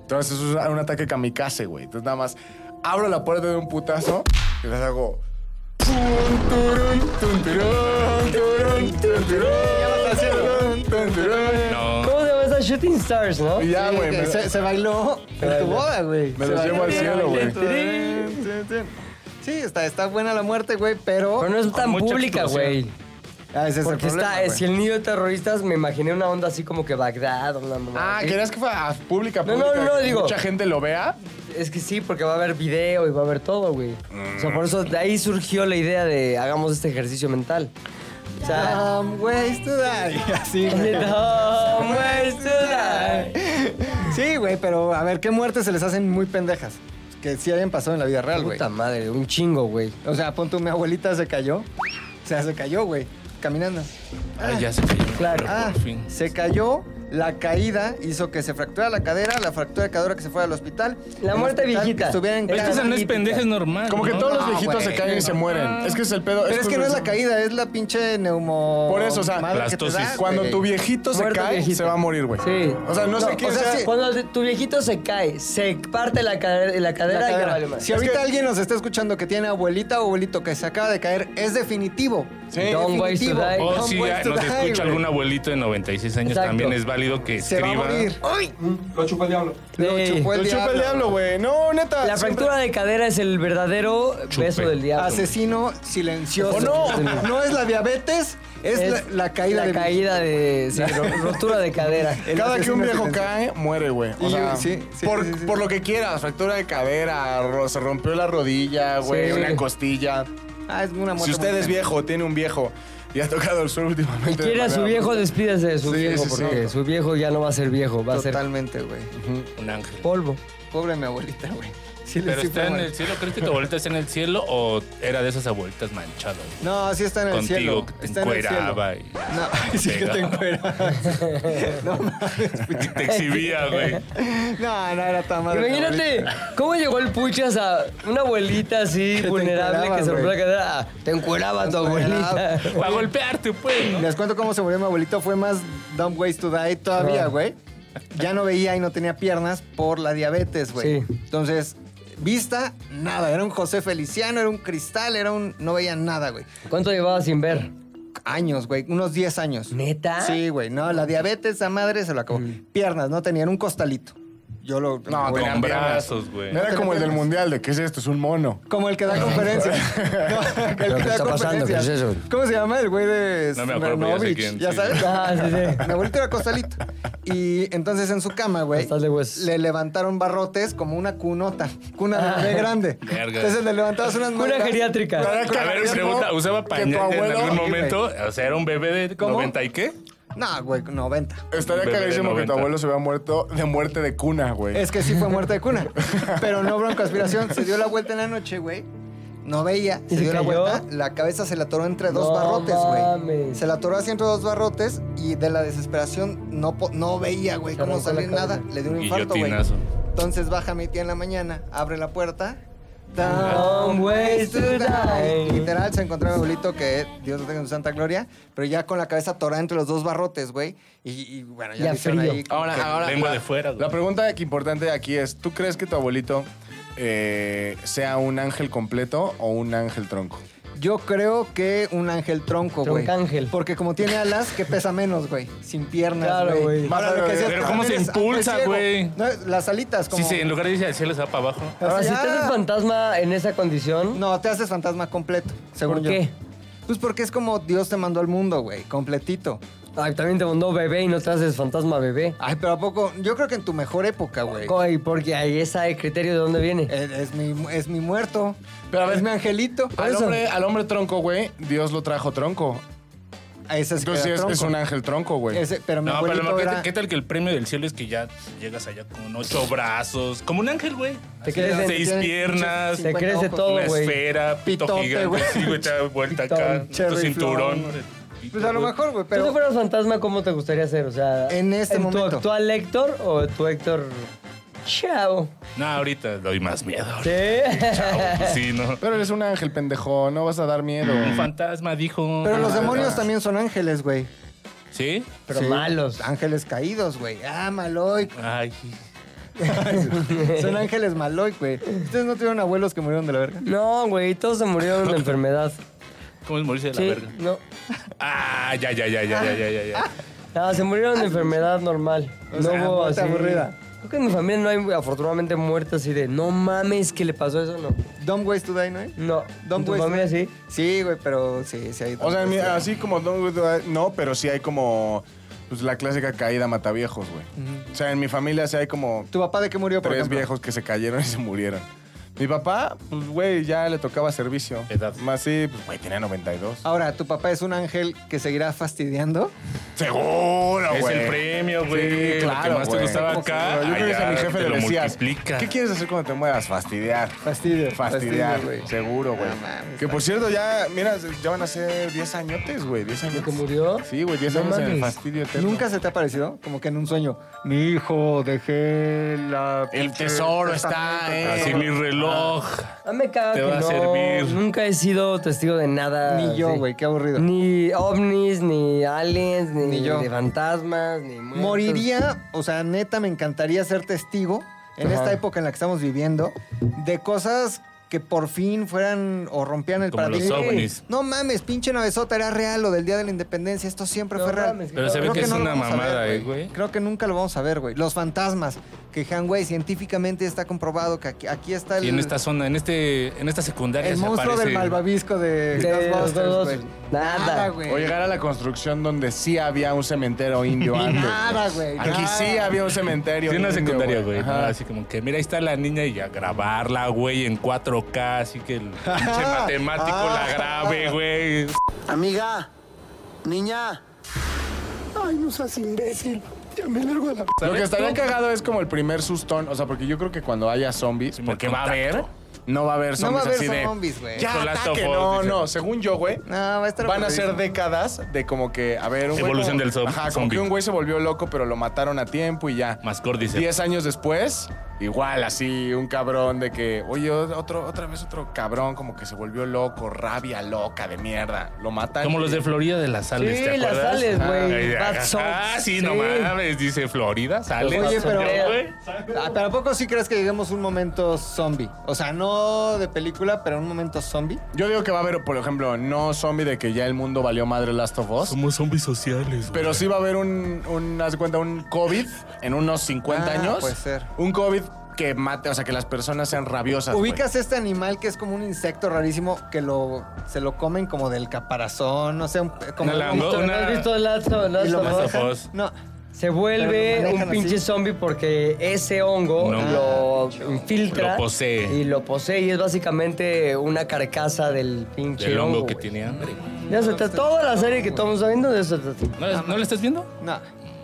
Speaker 4: Entonces, eso es un ataque kamikaze, güey. Entonces, nada más abro la puerta de un putazo y les hago. "Tun, turun, tun, turun, turun, tun, turun, tun, turun".
Speaker 5: No.
Speaker 1: ¿Cómo se llama esa? Shooting Stars, ¿no?
Speaker 4: Y ya,
Speaker 2: Sí,
Speaker 4: güey,
Speaker 2: que
Speaker 4: me,
Speaker 2: se, se bailó en tu boda, güey.
Speaker 4: me
Speaker 2: Se
Speaker 4: los llevo al
Speaker 2: bailó.
Speaker 4: cielo, güey.
Speaker 2: Sí, está, está buena la muerte, güey, pero...
Speaker 1: Pero no es tan
Speaker 5: mucha
Speaker 1: pública, güey.
Speaker 2: Ah, ese es el
Speaker 1: Porque
Speaker 2: problema,
Speaker 1: está,
Speaker 2: güey.
Speaker 1: si el nido de terroristas, me imaginé una onda así como que Bagdad o una mamá
Speaker 4: Ah,
Speaker 1: así.
Speaker 4: ¿querías que fuera a pública,
Speaker 1: No, no,
Speaker 4: pública?
Speaker 1: no,
Speaker 4: que
Speaker 1: digo-
Speaker 4: Mucha gente lo vea.
Speaker 1: Es que sí, porque va a haber video y va a haber todo, güey. O sea, por eso de ahí surgió la idea de hagamos este ejercicio mental. O sea,
Speaker 2: Some ways to die. Así, güey.
Speaker 1: Some ways to die.
Speaker 2: Sí, güey, pero a ver, ¿qué muertes se les hacen muy pendejas? Que sí hayan pasado en la vida real, güey.
Speaker 1: Puta madre, un chingo, güey.
Speaker 2: O sea, pon tu, mi abuelita se cayó. O sea, se cayó, güey, caminando.
Speaker 5: Ay, ya se cayó.
Speaker 1: Ah. Claro.
Speaker 5: Pero
Speaker 2: Ah,
Speaker 5: por fin.
Speaker 2: se cayó. La caída hizo que se fracturara la cadera, la fractura de cadera que se fuera al hospital.
Speaker 1: La
Speaker 2: El
Speaker 1: muerte
Speaker 2: hospital,
Speaker 1: viejita.
Speaker 2: Que estuviera en
Speaker 5: Es que
Speaker 2: cama.
Speaker 5: esa no es pendeja, es normal.
Speaker 4: Como que
Speaker 5: ¿no?
Speaker 4: todos los
Speaker 2: No,
Speaker 4: viejitos se
Speaker 2: güey.
Speaker 4: caen y se mueren. Es que es el pedo.
Speaker 2: Pero es que no es la
Speaker 4: curioso.
Speaker 2: caída, es la pinche neumo.
Speaker 4: Por eso, o sea,
Speaker 2: madre que te
Speaker 5: plastosis.
Speaker 2: da,
Speaker 4: Cuando
Speaker 2: güey.
Speaker 4: tu viejito se
Speaker 1: Muerte
Speaker 4: cae,
Speaker 1: viejita.
Speaker 4: se va a morir, güey.
Speaker 1: Sí.
Speaker 4: O sea, no, sé
Speaker 2: No,
Speaker 4: qué
Speaker 2: o sea,
Speaker 4: sea.
Speaker 2: sí.
Speaker 1: Cuando tu viejito se cae, se parte la, cade- la
Speaker 2: La
Speaker 1: cadera y ya
Speaker 2: cadera.
Speaker 1: vale más.
Speaker 2: Si ahorita alguien nos está escuchando que tiene abuelita o abuelito que se acaba de caer, es definitivo.
Speaker 4: Sí. Oh,
Speaker 1: Don't waste to
Speaker 2: Definitivo.
Speaker 1: die.
Speaker 5: O
Speaker 2: Don't
Speaker 5: si
Speaker 2: waste to
Speaker 5: nos
Speaker 2: die,
Speaker 5: escucha
Speaker 2: güey.
Speaker 5: algún abuelito de 96 años,
Speaker 1: Exacto.
Speaker 5: también es válido que
Speaker 2: Se va a
Speaker 5: escriba.
Speaker 2: morir.
Speaker 3: Lo chupa el diablo.
Speaker 2: Lo
Speaker 1: Sí.
Speaker 2: chupó el
Speaker 4: Lo chupa el diablo, güey. No, neta.
Speaker 1: La
Speaker 4: siempre-
Speaker 1: fractura de cadera es el verdadero beso del
Speaker 2: Ah,
Speaker 1: diablo.
Speaker 2: Asesino silencioso.
Speaker 1: O no.
Speaker 2: no es la diabetes, es, la, la caída
Speaker 1: la
Speaker 2: de
Speaker 1: caída de sí, ro- rotura de cadera.
Speaker 2: El
Speaker 4: Cada que un
Speaker 2: asesino
Speaker 4: viejo
Speaker 2: silencioso.
Speaker 4: cae, muere, güey. O
Speaker 2: Y-
Speaker 4: sea,
Speaker 2: sí, sí,
Speaker 4: por,
Speaker 2: sí, sí, sí.
Speaker 4: por lo que quieras, fractura de cadera, ro- se rompió la rodilla, güey,
Speaker 1: Sí.
Speaker 4: una costilla.
Speaker 2: Ah, es una muerte
Speaker 4: Si usted
Speaker 2: muy
Speaker 4: es
Speaker 2: bien.
Speaker 4: viejo, tiene un viejo y ha tocado el sur últimamente. de
Speaker 1: Quiere a su
Speaker 4: manera-
Speaker 1: viejo, despídase de su
Speaker 4: Sí,
Speaker 1: viejo,
Speaker 4: sí, sí.
Speaker 1: porque su viejo ya no va a ser viejo, va a ser
Speaker 2: Totalmente, güey.
Speaker 5: Un ángel.
Speaker 1: polvo.
Speaker 2: Pobre mi abuelita, güey. Sí le
Speaker 5: Pero
Speaker 2: sí fue
Speaker 5: está en
Speaker 2: mal.
Speaker 5: el cielo. ¿Crees que tu abuelita está en el cielo o era de esas abuelitas manchadas?
Speaker 2: No, sí está en el
Speaker 5: Contigo,
Speaker 2: cielo.
Speaker 5: que te
Speaker 2: Está en el cielo.
Speaker 5: encueraba y-
Speaker 2: No, sí que te encueraba. no, mames.
Speaker 5: Y te exhibía, güey.
Speaker 2: no, no era tan malo.
Speaker 1: Imagínate, ¿cómo llegó el puchas a una abuelita así
Speaker 2: te
Speaker 1: vulnerable
Speaker 2: encuerabas,
Speaker 1: que se rompió la
Speaker 2: güey.
Speaker 1: cadera? Ah, Te encueraba tu abuelita.
Speaker 5: Para golpearte, pues, ¿no?
Speaker 2: Les cuento cómo se murió mi abuelito. Fue más Dumb Ways to Die todavía,
Speaker 1: Ah.
Speaker 2: güey. Ya no veía y no tenía piernas por la diabetes, güey.
Speaker 1: Sí.
Speaker 2: Entonces, vista, nada. Era un José Feliciano, era un cristal, era un. No veía nada, güey.
Speaker 1: ¿Cuánto llevaba sin ver?
Speaker 2: Años, güey. Unos 10 años.
Speaker 1: ¿Neta? Mm.
Speaker 2: Sí, güey. No, la diabetes, la madre se lo acabó. Piernas, no tenían un costalito. Yo lo.
Speaker 4: No,
Speaker 2: güey,
Speaker 4: tenían
Speaker 5: Con brazos,
Speaker 4: brazos,
Speaker 5: güey.
Speaker 4: No era como el del mundial, de qué es esto, es un mono.
Speaker 2: Como el que da conferencia. No, el que
Speaker 1: Ah, ¿Pero qué
Speaker 2: da
Speaker 1: está pasando? ¿Qué es
Speaker 2: conferencia.
Speaker 1: eso?
Speaker 2: ¿Cómo se llama el güey de
Speaker 5: No me acuerdo, pero ya sé
Speaker 2: Smirnovich?
Speaker 5: quién,
Speaker 2: ¿Ya
Speaker 5: sí.
Speaker 2: sabes?
Speaker 1: Ah, sí, sí.
Speaker 2: Mi abuelito era costalito. Y entonces en su cama, güey,
Speaker 1: Costal de huesos.
Speaker 2: le levantaron barrotes como una cunota. Cuna de bebé grande.
Speaker 5: Verga.
Speaker 2: Entonces le levantabas unas
Speaker 1: Una
Speaker 2: mangas.
Speaker 1: geriátrica.
Speaker 4: Para que-
Speaker 5: A ver,
Speaker 4: ¿no?
Speaker 5: pregunta, ¿usaba
Speaker 4: Que tu
Speaker 5: pañal en
Speaker 4: abuelo-
Speaker 5: algún
Speaker 4: Sí, güey.
Speaker 5: momento? O sea, ¿era un bebé de
Speaker 2: ¿Cómo?
Speaker 5: 90 y qué?
Speaker 2: No, güey, 90.
Speaker 4: Estaría
Speaker 5: Bebé de
Speaker 4: clarísimo que tu
Speaker 5: 90.
Speaker 4: abuelo se había muerto de muerte de cuna, güey.
Speaker 2: Es que sí fue muerte de cuna. Pero no broncoaspiración. Se dio la vuelta en la noche, güey. No veía.
Speaker 1: ¿Y
Speaker 2: Se
Speaker 1: se
Speaker 2: dio la
Speaker 1: cayó?
Speaker 2: vuelta. La cabeza se la atoró entre dos
Speaker 1: No
Speaker 2: barrotes, güey.
Speaker 1: mames.
Speaker 2: Se la atoró así entre dos barrotes y de la desesperación no, po- no veía, güey,
Speaker 1: Se
Speaker 2: cómo
Speaker 1: arrancó la
Speaker 2: salir nada.
Speaker 1: cabeza.
Speaker 2: Le dio un infarto, güey.
Speaker 5: Guillotinazo.
Speaker 2: Entonces baja mi tía en la mañana, abre la puerta.
Speaker 1: Long ways to die.
Speaker 2: Literal, se encontró mi abuelito que Dios lo tenga en su santa gloria, pero ya con la cabeza atorada entre los dos barrotes, güey. Y, y, bueno, ya,
Speaker 1: Ya
Speaker 2: le hicieron
Speaker 1: frío.
Speaker 2: ahí.
Speaker 4: Ahora, ahora.
Speaker 5: Lengua
Speaker 4: la-
Speaker 5: de fuera, güey.
Speaker 4: La pregunta que importante aquí es: ¿tú crees que tu abuelito eh, sea un ángel completo o un ángel tronco?
Speaker 2: Yo creo que un ángel tronco, güey.
Speaker 1: Troncángel.
Speaker 2: Porque como tiene alas, que pesa menos, güey. Sin piernas,
Speaker 1: Claro,
Speaker 2: güey.
Speaker 1: güey.
Speaker 2: Ahora, lo que decías,
Speaker 5: Pero
Speaker 2: tú
Speaker 5: ¿cómo se
Speaker 2: eres ángel
Speaker 5: impulsa,
Speaker 2: ciego.
Speaker 5: güey?
Speaker 2: No, las alitas,
Speaker 5: Sí,
Speaker 2: como...
Speaker 5: sí, en lugar de irse al cielo, se va para abajo.
Speaker 1: Ahora, si
Speaker 2: Así,
Speaker 1: te haces
Speaker 2: ah.
Speaker 1: fantasma en esa condición,
Speaker 2: No, te haces fantasma completo, según
Speaker 1: ¿por
Speaker 2: yo.
Speaker 1: qué?
Speaker 2: Pues porque es como Dios te mandó al mundo, güey. Completito.
Speaker 1: Ay, también te mandó bebé y no te haces fantasma bebé.
Speaker 2: Ay, pero ¿a poco? Yo creo que en tu mejor época, güey.
Speaker 1: Ay, porque ahí está el criterio de dónde viene.
Speaker 2: Es, es mi, es mi muerto.
Speaker 4: Pero a ver-
Speaker 2: es mi angelito.
Speaker 4: Al hombre, al hombre tronco, güey, Dios lo trajo tronco.
Speaker 2: A ese sí que
Speaker 4: Entonces
Speaker 2: era
Speaker 4: es, es
Speaker 2: tronco.
Speaker 4: un ángel tronco, güey.
Speaker 2: Ese- pero mi
Speaker 5: No, pero
Speaker 2: abuelito
Speaker 5: lo mejor, ¿qué,
Speaker 2: era...
Speaker 5: tal- qué tal que el premio del cielo es que ya llegas allá con ocho brazos? Como un ángel, güey.
Speaker 1: Te
Speaker 5: Así,
Speaker 1: crees-
Speaker 5: seis
Speaker 2: tiene
Speaker 5: piernas,
Speaker 1: Se
Speaker 2: 50
Speaker 1: crece
Speaker 2: ojos.
Speaker 1: todo,
Speaker 5: una
Speaker 1: güey.
Speaker 5: esfera, pito
Speaker 2: Pitote,
Speaker 5: gigante,
Speaker 2: güey.
Speaker 5: sí, güey, te da vuelta acá,
Speaker 1: Pitón,
Speaker 5: tu
Speaker 2: cherry
Speaker 5: cinturón.
Speaker 2: flower. Pues a lo mejor, güey,
Speaker 1: Si tú
Speaker 2: pero...
Speaker 1: fueras fantasma, ¿cómo te gustaría ser? O sea,
Speaker 2: En este momento.
Speaker 1: ¿Tu actual Héctor o tu Héctor Chao?
Speaker 5: No, ahorita doy más miedo. ahorita.
Speaker 1: ¿Sí?
Speaker 5: Sí, no.
Speaker 4: Pero eres un ángel pendejo, no vas a dar miedo.
Speaker 5: Un fantasma dijo.
Speaker 2: Pero los demonios también son ángeles, güey.
Speaker 5: ¿Sí?
Speaker 1: Pero
Speaker 2: Sí, Ah.
Speaker 1: malos.
Speaker 2: Ángeles caídos, güey. Ah, Maloy.
Speaker 5: Ay.
Speaker 2: Son ángeles Maloy, güey. ¿Ustedes no tuvieron abuelos que murieron de la verga?
Speaker 1: No, güey, todos se murieron de enfermedad.
Speaker 5: ¿Cómo es morirse de la
Speaker 1: Sí,
Speaker 5: verga?
Speaker 1: no.
Speaker 5: Ah, ya, ya, ya, ya, ya, ya, ya, ya.
Speaker 1: No, Ah, se murieron de enfermedad normal.
Speaker 2: Ah, O
Speaker 1: no
Speaker 2: sea,
Speaker 1: hubo
Speaker 2: muerte
Speaker 1: así.
Speaker 2: aburrida.
Speaker 1: Creo que en mi familia no hay, afortunadamente, muertes así de no mames que le pasó eso, no.
Speaker 2: Dumb Ways to Die, ¿no? hay?
Speaker 1: No. ¿En
Speaker 2: Dumb
Speaker 1: tu
Speaker 2: Ways to
Speaker 1: familia
Speaker 2: Die.
Speaker 1: sí?
Speaker 2: Sí, güey, pero sí, sí hay.
Speaker 4: O sea,
Speaker 2: dumb
Speaker 4: mi-
Speaker 2: ways to die.
Speaker 4: así como Don't Go To Die, no, pero sí hay como pues la clásica caída mata viejos, güey. O sea, en mi familia sí hay como
Speaker 2: ¿Tu papá de qué murió, por
Speaker 4: tres
Speaker 2: ejemplo?
Speaker 4: viejos que se cayeron y se murieron. Mi papá, pues, güey, ya le tocaba servicio.
Speaker 5: Edad.
Speaker 4: Más sí, pues, güey, tenía 92.
Speaker 2: Ahora, ¿tu papá es un ángel que seguirá fastidiando?
Speaker 4: Seguro,
Speaker 5: Es el premio, güey. Lo que más te
Speaker 4: güey.
Speaker 5: gustaba acá,
Speaker 4: Yo creo que
Speaker 5: allá
Speaker 4: a mi jefe
Speaker 5: te
Speaker 4: le
Speaker 5: lo
Speaker 4: decías,
Speaker 5: multiplica.
Speaker 4: ¿qué quieres hacer cuando te mueras? Fastidiar.
Speaker 2: Fastidio.
Speaker 4: Fastidiar,
Speaker 2: fastidio, güey.
Speaker 4: seguro, güey.
Speaker 2: No mames,
Speaker 4: que por cierto, ya, mira, ya van a ser 10 añotes, güey. 10 años.
Speaker 1: ¿Lo que murió?
Speaker 4: Sí, güey, 10
Speaker 1: No
Speaker 4: años en el
Speaker 1: mames.
Speaker 4: fastidio eterno.
Speaker 2: ¿Nunca se te ha parecido? Como que en un sueño. Mi hijo, dejé la...
Speaker 4: El tesoro está, eh.
Speaker 5: Así mi reloj.
Speaker 1: Ah, me caga
Speaker 5: Te
Speaker 1: que
Speaker 5: va a
Speaker 1: no,
Speaker 5: servir.
Speaker 1: Nunca he sido testigo de nada.
Speaker 2: Ni yo,
Speaker 1: así.
Speaker 2: güey, qué aburrido.
Speaker 1: Ni ovnis, ni aliens, ni,
Speaker 2: Ni yo.
Speaker 1: de fantasmas, ni muertos.
Speaker 2: Moriría, o sea, neta, me encantaría ser testigo en
Speaker 1: Ajá.
Speaker 2: esta época en la que estamos viviendo de cosas que por fin fueran o rompían el
Speaker 5: Como los
Speaker 2: paradigma.
Speaker 5: ovnis.
Speaker 2: No mames, pinche navezota, era real lo del Día de la Independencia, esto siempre
Speaker 1: No
Speaker 2: fue real.
Speaker 1: mames,
Speaker 5: Pero se ve
Speaker 1: Creo
Speaker 5: que,
Speaker 1: que
Speaker 5: es
Speaker 1: no
Speaker 5: una
Speaker 2: vamos a ver,
Speaker 5: mamada, eh, güey.
Speaker 2: Creo que nunca lo vamos a ver, güey. Los fantasmas, que dijeron, güey, científicamente está comprobado que aquí, aquí está el,
Speaker 5: Y en esta zona, en este, en esta secundaria
Speaker 2: el
Speaker 5: se
Speaker 2: monstruo
Speaker 5: aparece.
Speaker 2: del malvavisco de,
Speaker 1: De los
Speaker 2: Ghostbusters,
Speaker 1: dos-
Speaker 2: güey.
Speaker 1: nada.
Speaker 2: güey.
Speaker 4: O llegar a la construcción donde sí había un cementerio indio antes.
Speaker 2: nada, güey,
Speaker 4: Aquí
Speaker 2: nada.
Speaker 4: sí había un cementerio.
Speaker 5: Sí, en la
Speaker 4: indio,
Speaker 5: secundaria, güey.
Speaker 4: Ajá.
Speaker 5: ¿no? Así como que, mira, ahí está la niña y a grabarla, güey, en 4K. Así que el pinche matemático la grabe, güey.
Speaker 7: Amiga, niña. Ay, no seas imbécil. Ya me largo de la...
Speaker 4: Lo que
Speaker 5: ¿Sabes?
Speaker 4: estaría cagado es como primer sustón. O sea, porque yo creo que cuando haya zombies,
Speaker 5: me
Speaker 4: porque va a
Speaker 5: contacto.
Speaker 4: haber, no va a haber
Speaker 2: No va
Speaker 4: zombies
Speaker 2: a haber
Speaker 4: así de.
Speaker 2: zombies, güey.
Speaker 4: Ya,
Speaker 5: Son las
Speaker 4: ataque.
Speaker 5: top
Speaker 4: No,
Speaker 5: four,
Speaker 4: no,
Speaker 5: dice.
Speaker 4: según yo, güey.
Speaker 2: No, va a estar
Speaker 4: Van a
Speaker 2: aburrido.
Speaker 4: ser décadas de como que, a ver, un güey
Speaker 5: Evolución
Speaker 4: como-
Speaker 5: del zo-
Speaker 4: Ajá, como
Speaker 5: zombie.
Speaker 4: que un güey se volvió loco, pero lo mataron a tiempo y ya.
Speaker 5: Más córdice.
Speaker 4: Diez años después, igual así, un cabrón de que, oye, otro, otra vez otro cabrón como que se volvió loco, rabia loca de mierda. Lo matan.
Speaker 5: Como los de Florida de las sales,
Speaker 1: Sí,
Speaker 5: ¿te
Speaker 1: las
Speaker 5: acuerdas?
Speaker 1: sales, güey.
Speaker 5: Ah,
Speaker 1: Bad
Speaker 5: ah,
Speaker 1: Soaps.
Speaker 5: sí, no
Speaker 1: Sí.
Speaker 5: mames. Dice Florida, sales.
Speaker 2: Oye, pero-
Speaker 5: Yo, güey.
Speaker 2: Ah, pero ¿a poco sí crees que lleguemos a un momento zombie? O sea, no de película, pero un momento zombie.
Speaker 4: Yo digo que va a haber, por ejemplo, no zombie de que ya el mundo valió madre Last of Us.
Speaker 5: Somos zombies sociales, güey.
Speaker 4: Pero sí va a haber un, un haz de cuenta, un COVID en unos 50
Speaker 2: Ah,
Speaker 4: años.
Speaker 2: puede ser.
Speaker 4: Un COVID que mate, o sea, que las personas sean rabiosas. güey.
Speaker 2: Ubicas este animal que es como un insecto rarísimo que lo se lo comen como del caparazón, no sé, un- como
Speaker 5: Una
Speaker 2: un-
Speaker 5: lango-
Speaker 1: ¿No
Speaker 5: una-
Speaker 1: has visto Last of- Last
Speaker 2: y lo
Speaker 1: of Us?
Speaker 5: manejan.
Speaker 2: manejan. No.
Speaker 1: Se
Speaker 2: Pero lo
Speaker 1: vuelve
Speaker 2: manejan
Speaker 1: un pinche
Speaker 2: así.
Speaker 1: zombie porque ese hongo
Speaker 5: No.
Speaker 1: lo infiltra.
Speaker 5: Lo posee.
Speaker 1: Y lo posee y es básicamente una carcasa del pinche
Speaker 5: El hongo
Speaker 1: hongo,
Speaker 5: que
Speaker 1: güey.
Speaker 5: tiene hambre, güey.
Speaker 1: Ya se trata- toda la serie que estamos viendo de eso. se trata.
Speaker 5: ¿No, ¿No lo estás viendo?
Speaker 2: No.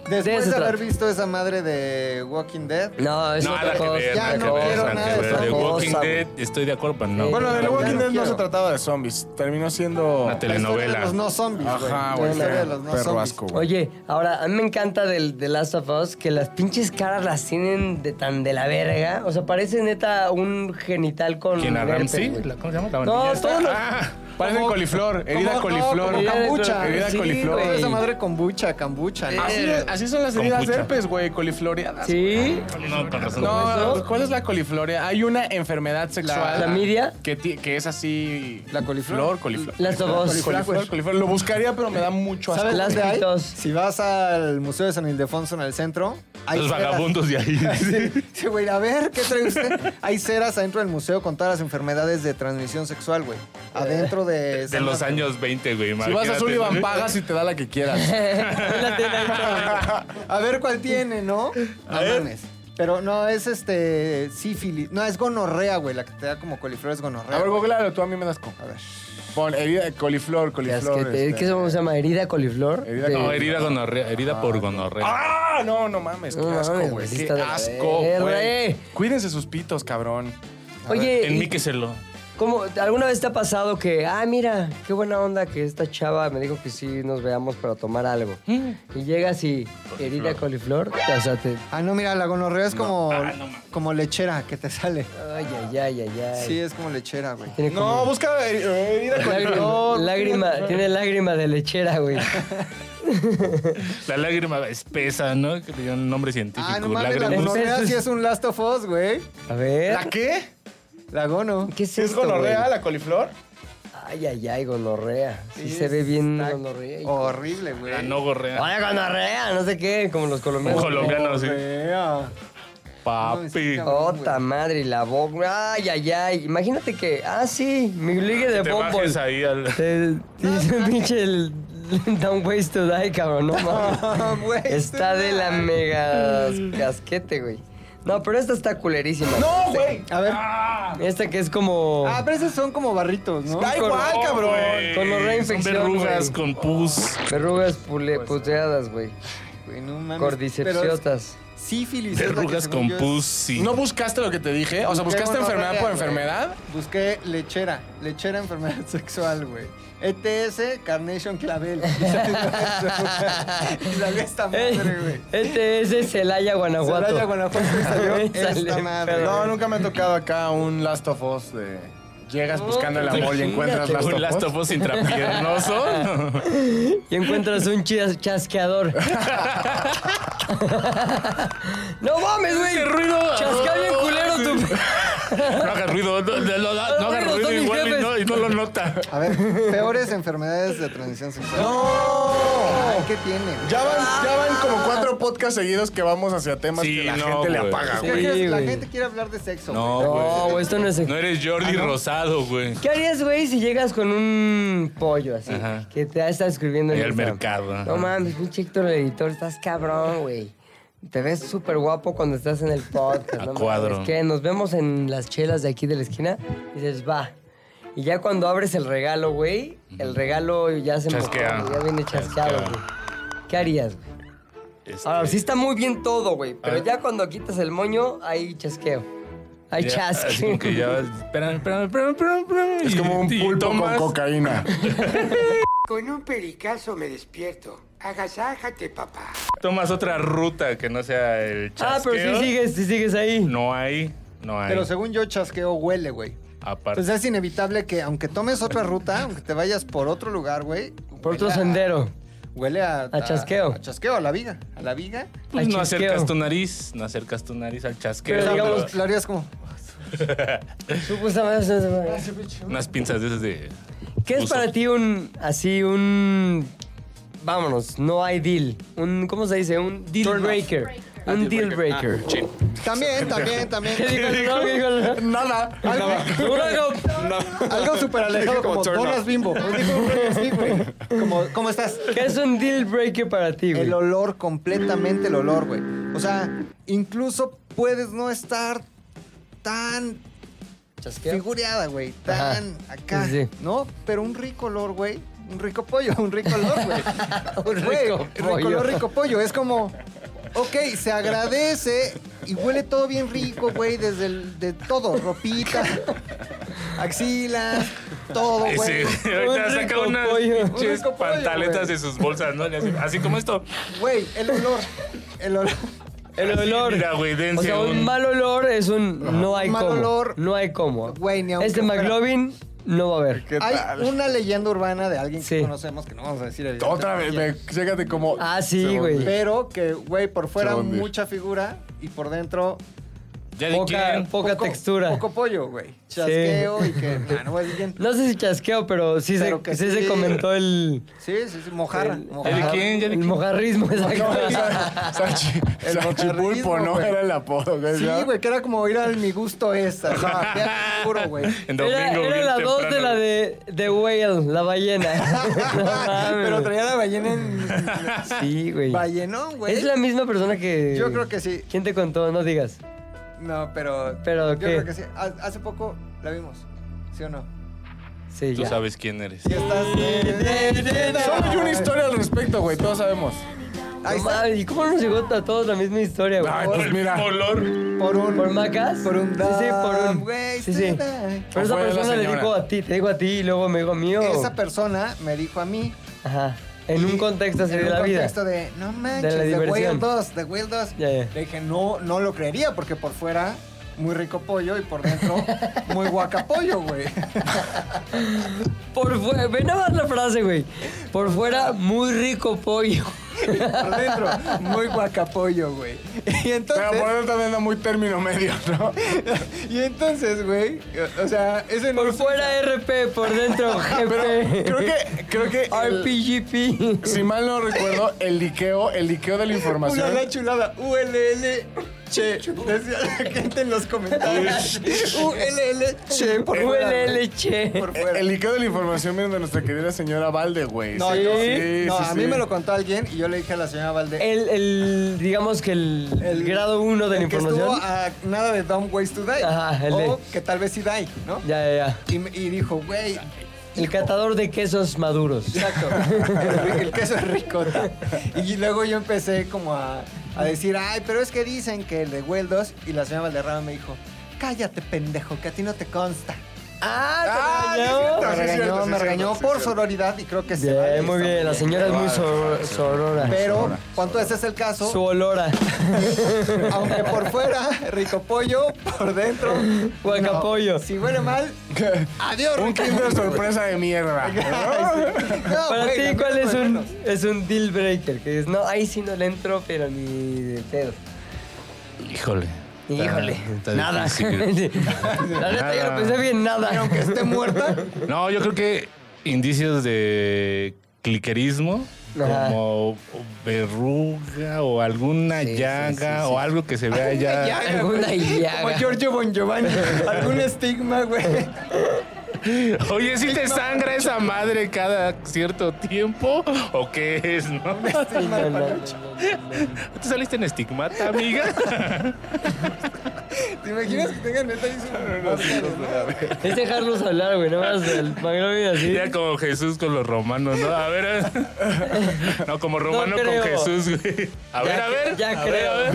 Speaker 1: De
Speaker 2: Después
Speaker 1: eso
Speaker 2: de haber
Speaker 1: trata.
Speaker 2: visto esa madre de Walking Dead.
Speaker 1: No, es
Speaker 5: No,
Speaker 1: otra
Speaker 5: nada que
Speaker 1: cosa.
Speaker 5: ver,
Speaker 2: Ya
Speaker 5: nada que
Speaker 2: no
Speaker 5: ver,
Speaker 2: quiero
Speaker 5: nada
Speaker 2: nada
Speaker 5: que
Speaker 2: de
Speaker 5: ver.
Speaker 2: esa
Speaker 5: The
Speaker 1: cosa,
Speaker 5: Walking
Speaker 1: güey.
Speaker 5: Dead, estoy de acuerdo, pero no.
Speaker 1: Sí.
Speaker 4: Bueno, de
Speaker 2: Ya
Speaker 4: The
Speaker 2: no
Speaker 4: Walking Dead no
Speaker 2: quiero.
Speaker 4: se trataba de zombies. Terminó siendo.
Speaker 5: Una
Speaker 2: La historia de
Speaker 5: telenovela.
Speaker 2: los no zombies, güey.
Speaker 4: Ajá,
Speaker 2: La
Speaker 4: güey.
Speaker 2: historia de los no
Speaker 4: Perro
Speaker 2: zombies.
Speaker 4: asco, güey.
Speaker 1: Oye, ahora, a mí me encanta del de Last of Us que las pinches caras las tienen de tan de la verga. O sea, parece neta un genital con.
Speaker 5: ¿Quién? ¿A
Speaker 1: herpes,
Speaker 5: Ramsey?
Speaker 1: güey.
Speaker 5: ¿La- ¿Cómo se llama? La
Speaker 1: No,
Speaker 5: bandilla
Speaker 1: todos los-
Speaker 5: Ah,
Speaker 4: Parecen
Speaker 2: Como-
Speaker 4: coliflor, herida
Speaker 2: como-
Speaker 4: coliflor.
Speaker 2: no, como cambucha.
Speaker 4: Herida
Speaker 1: Sí,
Speaker 4: coliflor.
Speaker 1: güey.
Speaker 2: Esa madre kombucha, kombucha. ¿no?
Speaker 4: Así, así son las
Speaker 5: Con
Speaker 4: heridas de
Speaker 5: pucha.
Speaker 4: herpes, güey, colifloreadas.
Speaker 1: Sí.
Speaker 5: No, con razón.
Speaker 4: No, ¿cuál es la coliflorea? Hay una enfermedad sexual.
Speaker 1: clamidia?
Speaker 4: Que, ti- que es así.
Speaker 2: ¿La coliflor?
Speaker 4: Flor, coliflor.
Speaker 1: Las dos. pues.
Speaker 4: Coliflor, coliflor. Lo buscaría, pero me da mucho asco.
Speaker 2: ¿Sabes
Speaker 1: Las
Speaker 2: dónde hay?
Speaker 1: pitos.
Speaker 2: Si vas al Museo de San Ildefonso en el centro, hay
Speaker 5: Los
Speaker 2: ceras.
Speaker 5: vagabundos de ahí.
Speaker 2: Sí, sí, güey, a ver, ¿qué trae usted? Hay ceras adentro del museo con todas las enfermedades de transmisión sexual, güey. Adentro de...
Speaker 5: De los años 20, güey.
Speaker 4: Si vas a
Speaker 5: imagínate.
Speaker 4: Sullivan, pagas y te da la que quieras.
Speaker 1: La tiene ahí toda.
Speaker 2: A ver cuál tiene, ¿no? No mames. Pero no, es este... sífilis. No, es gonorrea, güey. La que te da como coliflor es gonorrea.
Speaker 4: A ver,
Speaker 2: güey.
Speaker 4: googlealo, tú a mí me das con.
Speaker 2: A ver.
Speaker 4: Pon herida de coliflor,
Speaker 1: Es
Speaker 4: coliflor.
Speaker 1: que te-
Speaker 4: este.
Speaker 1: ¿Qué se llama? ¿Herida coliflor?
Speaker 4: Herida
Speaker 1: De-
Speaker 5: No, herida, gonorrea, herida por gonorrea.
Speaker 4: ¡Ah! No, no mames, qué
Speaker 1: No
Speaker 4: asco,
Speaker 1: mames,
Speaker 4: güey.
Speaker 1: sí
Speaker 4: Qué
Speaker 1: está de la
Speaker 4: asco,
Speaker 1: verga.
Speaker 4: güey. Cuídense sus pitos, cabrón.
Speaker 1: Oye,
Speaker 5: En
Speaker 1: ¿y
Speaker 5: mí que se lo.
Speaker 1: cómo- ¿alguna vez te ha pasado que, ah, mira, qué buena onda que esta chava me dijo que sí nos veamos para tomar algo? Y llegas y herida coliflor, o sea, te...
Speaker 2: Ah, no, mira, la gonorrea es como... como lechera que te sale.
Speaker 1: Ay, ay, ay, ay, ay.
Speaker 2: Sí, es como lechera, güey.
Speaker 1: Tiene
Speaker 4: No,
Speaker 1: como-
Speaker 4: busca her- herida
Speaker 1: Lágrima,
Speaker 4: coliflor.
Speaker 1: lágrima- tiene lágrima de lechera, güey.
Speaker 5: La lágrima espesa, ¿no? Que le dio un nombre científico.
Speaker 2: Ah, no mames, la
Speaker 5: lágrima.
Speaker 2: gonorrea sí es un Last of Us, güey.
Speaker 1: A ver.
Speaker 4: ¿La qué?
Speaker 2: La gono.
Speaker 1: ¿Qué es
Speaker 4: ¿Es
Speaker 1: esto, güey?
Speaker 4: gonorrea la coliflor?
Speaker 1: Ay, ay, ay, gonorrea. Sí,
Speaker 2: Sí,
Speaker 1: se ve bien
Speaker 2: está
Speaker 1: gonorrea. hijo.
Speaker 2: Horrible, güey.
Speaker 5: La Ah, no gorrea.
Speaker 1: Hola, gonorrea, no sé qué, como los
Speaker 5: Un
Speaker 1: colombianos.
Speaker 5: colombiano así.
Speaker 2: Fea.
Speaker 5: Papi.
Speaker 2: No,
Speaker 1: Ota madre, y la boca. Ay, ay, ay. Imagínate que. Ah, sí, mi ligue de
Speaker 5: Te
Speaker 1: bombol.
Speaker 5: bajes ahí al.
Speaker 1: Te dice un pinche el- Don't waste to die, cabrón, no mames.
Speaker 2: Ways to
Speaker 1: está de la mega casquete, güey. No, pero esta está culerísima.
Speaker 2: ¡No, güey! este, A ver.
Speaker 1: Esta que es como.
Speaker 2: Ah, pero esos son como barritos, ¿no?
Speaker 4: Da igual, cabrón.
Speaker 1: Con los reinfección,
Speaker 5: Oh, Son verrugas
Speaker 1: güey.
Speaker 5: con pus.
Speaker 1: Verrugas pule-
Speaker 2: Pues,
Speaker 1: puteadas, güey.
Speaker 2: Güey, no mames.
Speaker 1: Cordycepsiotas.
Speaker 2: Pero es Sífilis. es la que
Speaker 5: Verrugas
Speaker 2: según
Speaker 5: con
Speaker 2: yo es-
Speaker 5: pus, sí.
Speaker 4: ¿No buscaste lo que te dije? O sea,
Speaker 2: Busqué
Speaker 4: ¿buscaste enfermedad por
Speaker 2: gonorrea, güey.
Speaker 4: enfermedad?
Speaker 2: Busqué lechera. Lechera, enfermedad sexual, güey. ETS, Carnation Clavel. Y salió esta madre, güey.
Speaker 1: Este es de Celaya, Guanajuato.
Speaker 2: Celaya, Guanajuato, y salió
Speaker 1: Salió,
Speaker 2: esta madre.
Speaker 1: pero-
Speaker 4: No, nunca me ha tocado acá un Last of Us de... Llegas buscando el amor y encuentras Last of
Speaker 5: pues Un
Speaker 4: Us.
Speaker 5: Last of Us intrapiernoso.
Speaker 1: Y encuentras un chas- chasqueador. no mames, güey.
Speaker 5: ¡Qué ruido!
Speaker 1: Chasquea bien culero tu.
Speaker 5: No hagas ruido, no, no, no, no hagas
Speaker 1: Son
Speaker 5: ruido
Speaker 1: mis
Speaker 5: igual y
Speaker 1: jefes.
Speaker 5: no, y no lo nota.
Speaker 2: A ver, peores enfermedades de transmisión sexual. Ay, ¿Qué tiene? güey?
Speaker 4: Ya van, ya van como cuatro podcasts seguidos que vamos hacia temas
Speaker 5: Sí,
Speaker 4: que la
Speaker 5: no,
Speaker 4: gente le
Speaker 5: güey.
Speaker 4: apaga, güey.
Speaker 2: ¿Qué
Speaker 1: güey,
Speaker 2: quieres? La
Speaker 1: güey.
Speaker 2: gente quiere hablar de sexo. güey.
Speaker 5: No,
Speaker 1: No,
Speaker 5: güey.
Speaker 1: güey, esto Ah, no es.
Speaker 5: No eres Jordi Rosado, güey.
Speaker 1: ¿Qué harías, güey, si llegas con un pollo así?
Speaker 5: Ajá.
Speaker 1: Que te está escribiendo
Speaker 5: Ahí
Speaker 1: en
Speaker 5: al
Speaker 1: Instagram?
Speaker 5: mercado, ajá.
Speaker 1: No mames, pinche Héctor, el editor, estás cabrón, güey. Te ves súper guapo cuando estás en el podcast.
Speaker 5: A
Speaker 1: no
Speaker 5: cuadro.
Speaker 1: Mames. ¿Qué? Nos vemos en las chelas de aquí de la esquina. Y dices, va. Y ya cuando abres el regalo, güey, el regalo ya se mojó,
Speaker 5: Chasquea.
Speaker 1: güey, Ya viene chasqueado,
Speaker 5: Chasquea.
Speaker 1: güey. ¿Qué harías, güey?
Speaker 5: Este,
Speaker 1: Ahora, Ah, sí está muy bien todo, güey. Pero
Speaker 5: ver.
Speaker 1: ya cuando quitas el moño, hay chasqueo. Hay
Speaker 5: ya, así
Speaker 1: chasqueo.
Speaker 5: como que ya vas, espérame, espérame, espérame, espérame, espérame.
Speaker 4: Es
Speaker 5: Y-
Speaker 4: como un
Speaker 5: y
Speaker 4: pulpo con
Speaker 5: tomas.
Speaker 4: cocaína.
Speaker 8: Con un pericazo me despierto. Agasájate, papá.
Speaker 5: Tomas otra ruta que no sea el chasqueo.
Speaker 1: Ah, pero sí sigues, sí sigues ahí.
Speaker 5: No hay, no hay.
Speaker 2: Pero según yo, chasqueo huele, güey.
Speaker 1: pues,
Speaker 5: Aparte.
Speaker 2: Entonces es inevitable que, aunque tomes otra ruta, aunque te vayas por otro lugar, güey.
Speaker 1: Por otro
Speaker 2: huele a-
Speaker 1: sendero.
Speaker 2: Huele a,
Speaker 1: chasqueo.
Speaker 2: A, chasqueo, a la viga. A la viga.
Speaker 5: pues
Speaker 1: al
Speaker 5: no
Speaker 1: chasqueo.
Speaker 5: acercas tu nariz, no acercas tu nariz al chasqueo.
Speaker 1: Pero
Speaker 2: O sea,
Speaker 1: digamos-
Speaker 2: lo- lo harías como.
Speaker 1: Supuestamente-
Speaker 5: unas pinzas de esas de...
Speaker 1: ¿Qué es
Speaker 5: Uso.
Speaker 1: para ti un. así, un. Vámonos, no hay deal. Un, ¿Cómo se dice? Un deal breaker. Un
Speaker 3: Ah,
Speaker 1: deal breaker. Ah.
Speaker 2: También, también,
Speaker 1: ¿Qué
Speaker 2: también.
Speaker 1: dijo? No, ¿Qué dijo?
Speaker 4: Nada.
Speaker 1: Algo- algo-
Speaker 2: Algo súper alejado como donas bimbo. Sí, güey. Como, ¿Cómo estás?
Speaker 1: ¿Qué es un deal breaker para ti,
Speaker 2: El
Speaker 1: güey?
Speaker 2: olor, completamente el olor, güey. O sea, incluso puedes no estar tan figureada, güey. Tan
Speaker 1: Ajá.
Speaker 2: acá.
Speaker 1: Sí, sí.
Speaker 2: ¿No? Pero un rico olor, güey. Un rico pollo, un rico olor, güey.
Speaker 1: Un
Speaker 2: Güey,
Speaker 1: rico
Speaker 2: rico
Speaker 1: pollo.
Speaker 2: olor, rico pollo. Es como. Ok, se agradece y huele todo bien rico, güey, desde el, de todo, ropita, axilas, todo, güey.
Speaker 5: Ese,
Speaker 1: Un
Speaker 5: ahorita saca
Speaker 1: rico
Speaker 5: unas
Speaker 1: pollo.
Speaker 2: Un
Speaker 5: pinches
Speaker 2: rico pollo,
Speaker 5: pantaletas
Speaker 2: güey.
Speaker 5: de sus bolsas, ¿no? Le hace- Así como esto.
Speaker 2: Güey, el olor. El olor.
Speaker 1: El olor.
Speaker 5: Mira, güey,
Speaker 1: O
Speaker 5: dense
Speaker 1: sea, un
Speaker 5: un-
Speaker 1: mal olor es un no hay
Speaker 2: Mal
Speaker 1: como.
Speaker 2: olor.
Speaker 1: No hay como.
Speaker 2: Güey, ni aunque
Speaker 1: Este
Speaker 2: fuera.
Speaker 1: McLovin no va a haber.
Speaker 4: ¿Qué
Speaker 2: Hay
Speaker 4: tal?
Speaker 2: una leyenda urbana de alguien que
Speaker 1: Sí.
Speaker 2: conocemos que no vamos a decir el
Speaker 4: Otra vez, me, chécate como...
Speaker 1: Ah, sí,
Speaker 4: se
Speaker 1: güey.
Speaker 4: volvió.
Speaker 2: Pero que, güey, por fuera
Speaker 4: Se va a hundir.
Speaker 2: mucha figura y por dentro
Speaker 5: ¿Ya de
Speaker 1: Poca,
Speaker 5: quién?
Speaker 1: poca
Speaker 2: poco-
Speaker 1: textura.
Speaker 2: Poco pollo, güey. Chasqueo y que. Nah, no voy a decir quién.
Speaker 1: No sé si chasqueo, pero sí,
Speaker 2: Pero
Speaker 1: se,
Speaker 2: que
Speaker 1: sí se
Speaker 2: sí.
Speaker 1: comentó el.
Speaker 2: Sí, sí, sí, mojarra.
Speaker 1: El-
Speaker 5: ¿Ya de
Speaker 2: mojarra.
Speaker 5: quién? ¿Ya de
Speaker 1: El
Speaker 5: quién?
Speaker 1: mojarrismo, exacto.
Speaker 4: Sachi-
Speaker 2: El
Speaker 4: Sachipulpo, ¿no?
Speaker 2: mocarrismo, güey.
Speaker 4: Era el apodo, güey.
Speaker 2: Sí,
Speaker 4: ¿no?
Speaker 2: güey, que era como ir al mi gusto esta. Ajá. Ya te juro, güey.
Speaker 5: En domingo.
Speaker 1: Era, era
Speaker 5: bien
Speaker 1: la dos de
Speaker 5: temprano,
Speaker 1: la
Speaker 5: güey.
Speaker 1: de The Whale, la ballena. No mames.
Speaker 2: Pero traía la ballena en.
Speaker 1: Sí, güey.
Speaker 2: Ballenón, güey.
Speaker 1: Es la misma persona que.
Speaker 2: Yo creo que sí.
Speaker 1: ¿Quién te contó? No digas.
Speaker 2: No, pero.
Speaker 1: ¿Pero
Speaker 2: yo
Speaker 1: qué?
Speaker 2: creo que sí. Ha- Hace poco la vimos. ¿Sí o no?
Speaker 1: Sí,
Speaker 5: Tú
Speaker 1: ya.
Speaker 5: sabes quién eres.
Speaker 2: Sí, estás.
Speaker 4: Solo hay una historia al respecto, güey. Todos sabemos.
Speaker 1: No mames, ¿Y cómo nos llegó a todos la misma historia, güey?
Speaker 4: Ay,
Speaker 5: Por
Speaker 4: pues
Speaker 5: el
Speaker 4: mira.
Speaker 5: mismo olor.
Speaker 2: Por un.
Speaker 1: ¿Por macas?
Speaker 2: Por un
Speaker 1: Sí, sí, por
Speaker 2: dam,
Speaker 1: un.
Speaker 2: güey,
Speaker 1: sí, sí.
Speaker 2: te da.
Speaker 1: Pero esa
Speaker 4: Fue la
Speaker 1: persona le
Speaker 4: señora.
Speaker 1: dijo a ti, te dijo a ti y luego me dijo a mí. o-
Speaker 2: Esa persona me dijo a mí.
Speaker 1: Ajá. En un contexto así
Speaker 2: en
Speaker 1: de
Speaker 2: un
Speaker 1: la vida.
Speaker 2: contexto de, no manches,
Speaker 1: De la
Speaker 2: de Whale
Speaker 1: diversión.
Speaker 2: 2, de Whale 2.
Speaker 1: Ya, ya.
Speaker 2: Le dije, no, no lo creería porque por fuera muy rico pollo y por dentro muy guacapollo, güey.
Speaker 1: Por fuera, ve nada más la frase, güey. Por fuera, muy rico pollo.
Speaker 2: Por dentro, muy guacapollo, güey. Y
Speaker 4: Pero por
Speaker 2: entonces,
Speaker 4: eso también anda muy término medio, ¿no?
Speaker 2: y entonces, güey, o sea, ese no
Speaker 1: Por
Speaker 2: es-
Speaker 1: fuera RP, por dentro GP.
Speaker 4: Creo que, creo que, el-
Speaker 1: RPGP.
Speaker 4: si mal no recuerdo, el liqueo, el liqueo de la
Speaker 2: Una
Speaker 4: información.
Speaker 2: la chulada, ULL, Che, decía la gente en los comentarios. ULL, che, por fuera.
Speaker 1: ULL, che.
Speaker 2: Por
Speaker 4: Eh, El,
Speaker 2: fuera.
Speaker 4: el liqueo de la información viene de nuestra querida señora Valde, güey.
Speaker 2: No,
Speaker 4: Sí,
Speaker 2: yo,
Speaker 4: sí,
Speaker 2: no
Speaker 4: sí,
Speaker 2: a
Speaker 4: sí.
Speaker 2: mí me lo contó alguien y yo le dije a la señora Valde.
Speaker 1: El, el- digamos que el, el grado 1 de la
Speaker 2: el que
Speaker 1: información.
Speaker 2: estuvo a nada de Dumb Ways to Die.
Speaker 1: Ajá, el
Speaker 2: o
Speaker 1: de-
Speaker 2: que tal vez sí die, ¿no?
Speaker 1: Ya, ya, ya.
Speaker 2: Y, me- y dijo, güey,
Speaker 1: El catador de quesos maduros.
Speaker 2: Exacto. El queso es ricota. Y luego yo empecé como a, a decir, ay, pero es que dicen que el de Weldos. Y la señora Valderrama me dijo, cállate, pendejo, que a ti no te consta.
Speaker 1: ¡Ah!
Speaker 4: te
Speaker 1: ¿no?
Speaker 4: regañó.
Speaker 2: me
Speaker 4: sí,
Speaker 2: regañó,
Speaker 4: cierto, sí,
Speaker 2: me
Speaker 4: cierto,
Speaker 2: regañó
Speaker 4: sí,
Speaker 2: por
Speaker 4: cierto.
Speaker 2: sororidad y creo que se
Speaker 1: Bien,
Speaker 2: vale,
Speaker 1: muy
Speaker 2: está
Speaker 1: bien, la señora es muy sor- sorora.
Speaker 2: Pero cuando ese es el caso,
Speaker 1: Su olora.
Speaker 2: aunque por fuera, rico pollo, por dentro,
Speaker 1: Guacapollo.
Speaker 2: no. si huele mal, adiós,
Speaker 4: Un
Speaker 2: rico
Speaker 4: kinder
Speaker 2: pollo,
Speaker 4: sorpresa de mierda.
Speaker 2: güey. No,
Speaker 1: Para
Speaker 2: güey,
Speaker 1: ti,
Speaker 2: también
Speaker 1: ¿cuál
Speaker 2: muy
Speaker 1: es
Speaker 2: bueno.
Speaker 1: un, es un deal breaker? Que dices, no, ahí sí no le entro, pero ni de pedo.
Speaker 5: Híjole.
Speaker 1: Híjole.
Speaker 5: Está- está
Speaker 1: nada.
Speaker 5: difícil.
Speaker 1: la neta, yo no
Speaker 5: Nada.
Speaker 1: pensé bien nada.
Speaker 2: Aunque esté muerta,
Speaker 5: No, yo creo que indicios de cliquerismo,
Speaker 1: Ajá.
Speaker 5: como verruga o alguna llaga o algo que se vea allá.
Speaker 1: Alguna
Speaker 2: Como
Speaker 1: llaga.
Speaker 2: Giorgio Bon Giovanni. Algún estigma, güey.
Speaker 5: Oye, si te sangra esa madre cada cierto tiempo o qué es, ¿no?
Speaker 2: Estigma de Panucho.
Speaker 5: ¿Tú saliste en estigmata, amiga?
Speaker 2: ¿Te imaginas que tengan neta y su-
Speaker 1: Es dejarlos hablar, güey. Nada más el Magnovi así.
Speaker 5: Ya como Jesús con los romanos, ¿no? A ver. eh. No, como romano
Speaker 1: creo.
Speaker 5: con Jesús, güey. A ver,
Speaker 1: Ya
Speaker 5: a
Speaker 1: cre- ya
Speaker 5: ver. a ver, a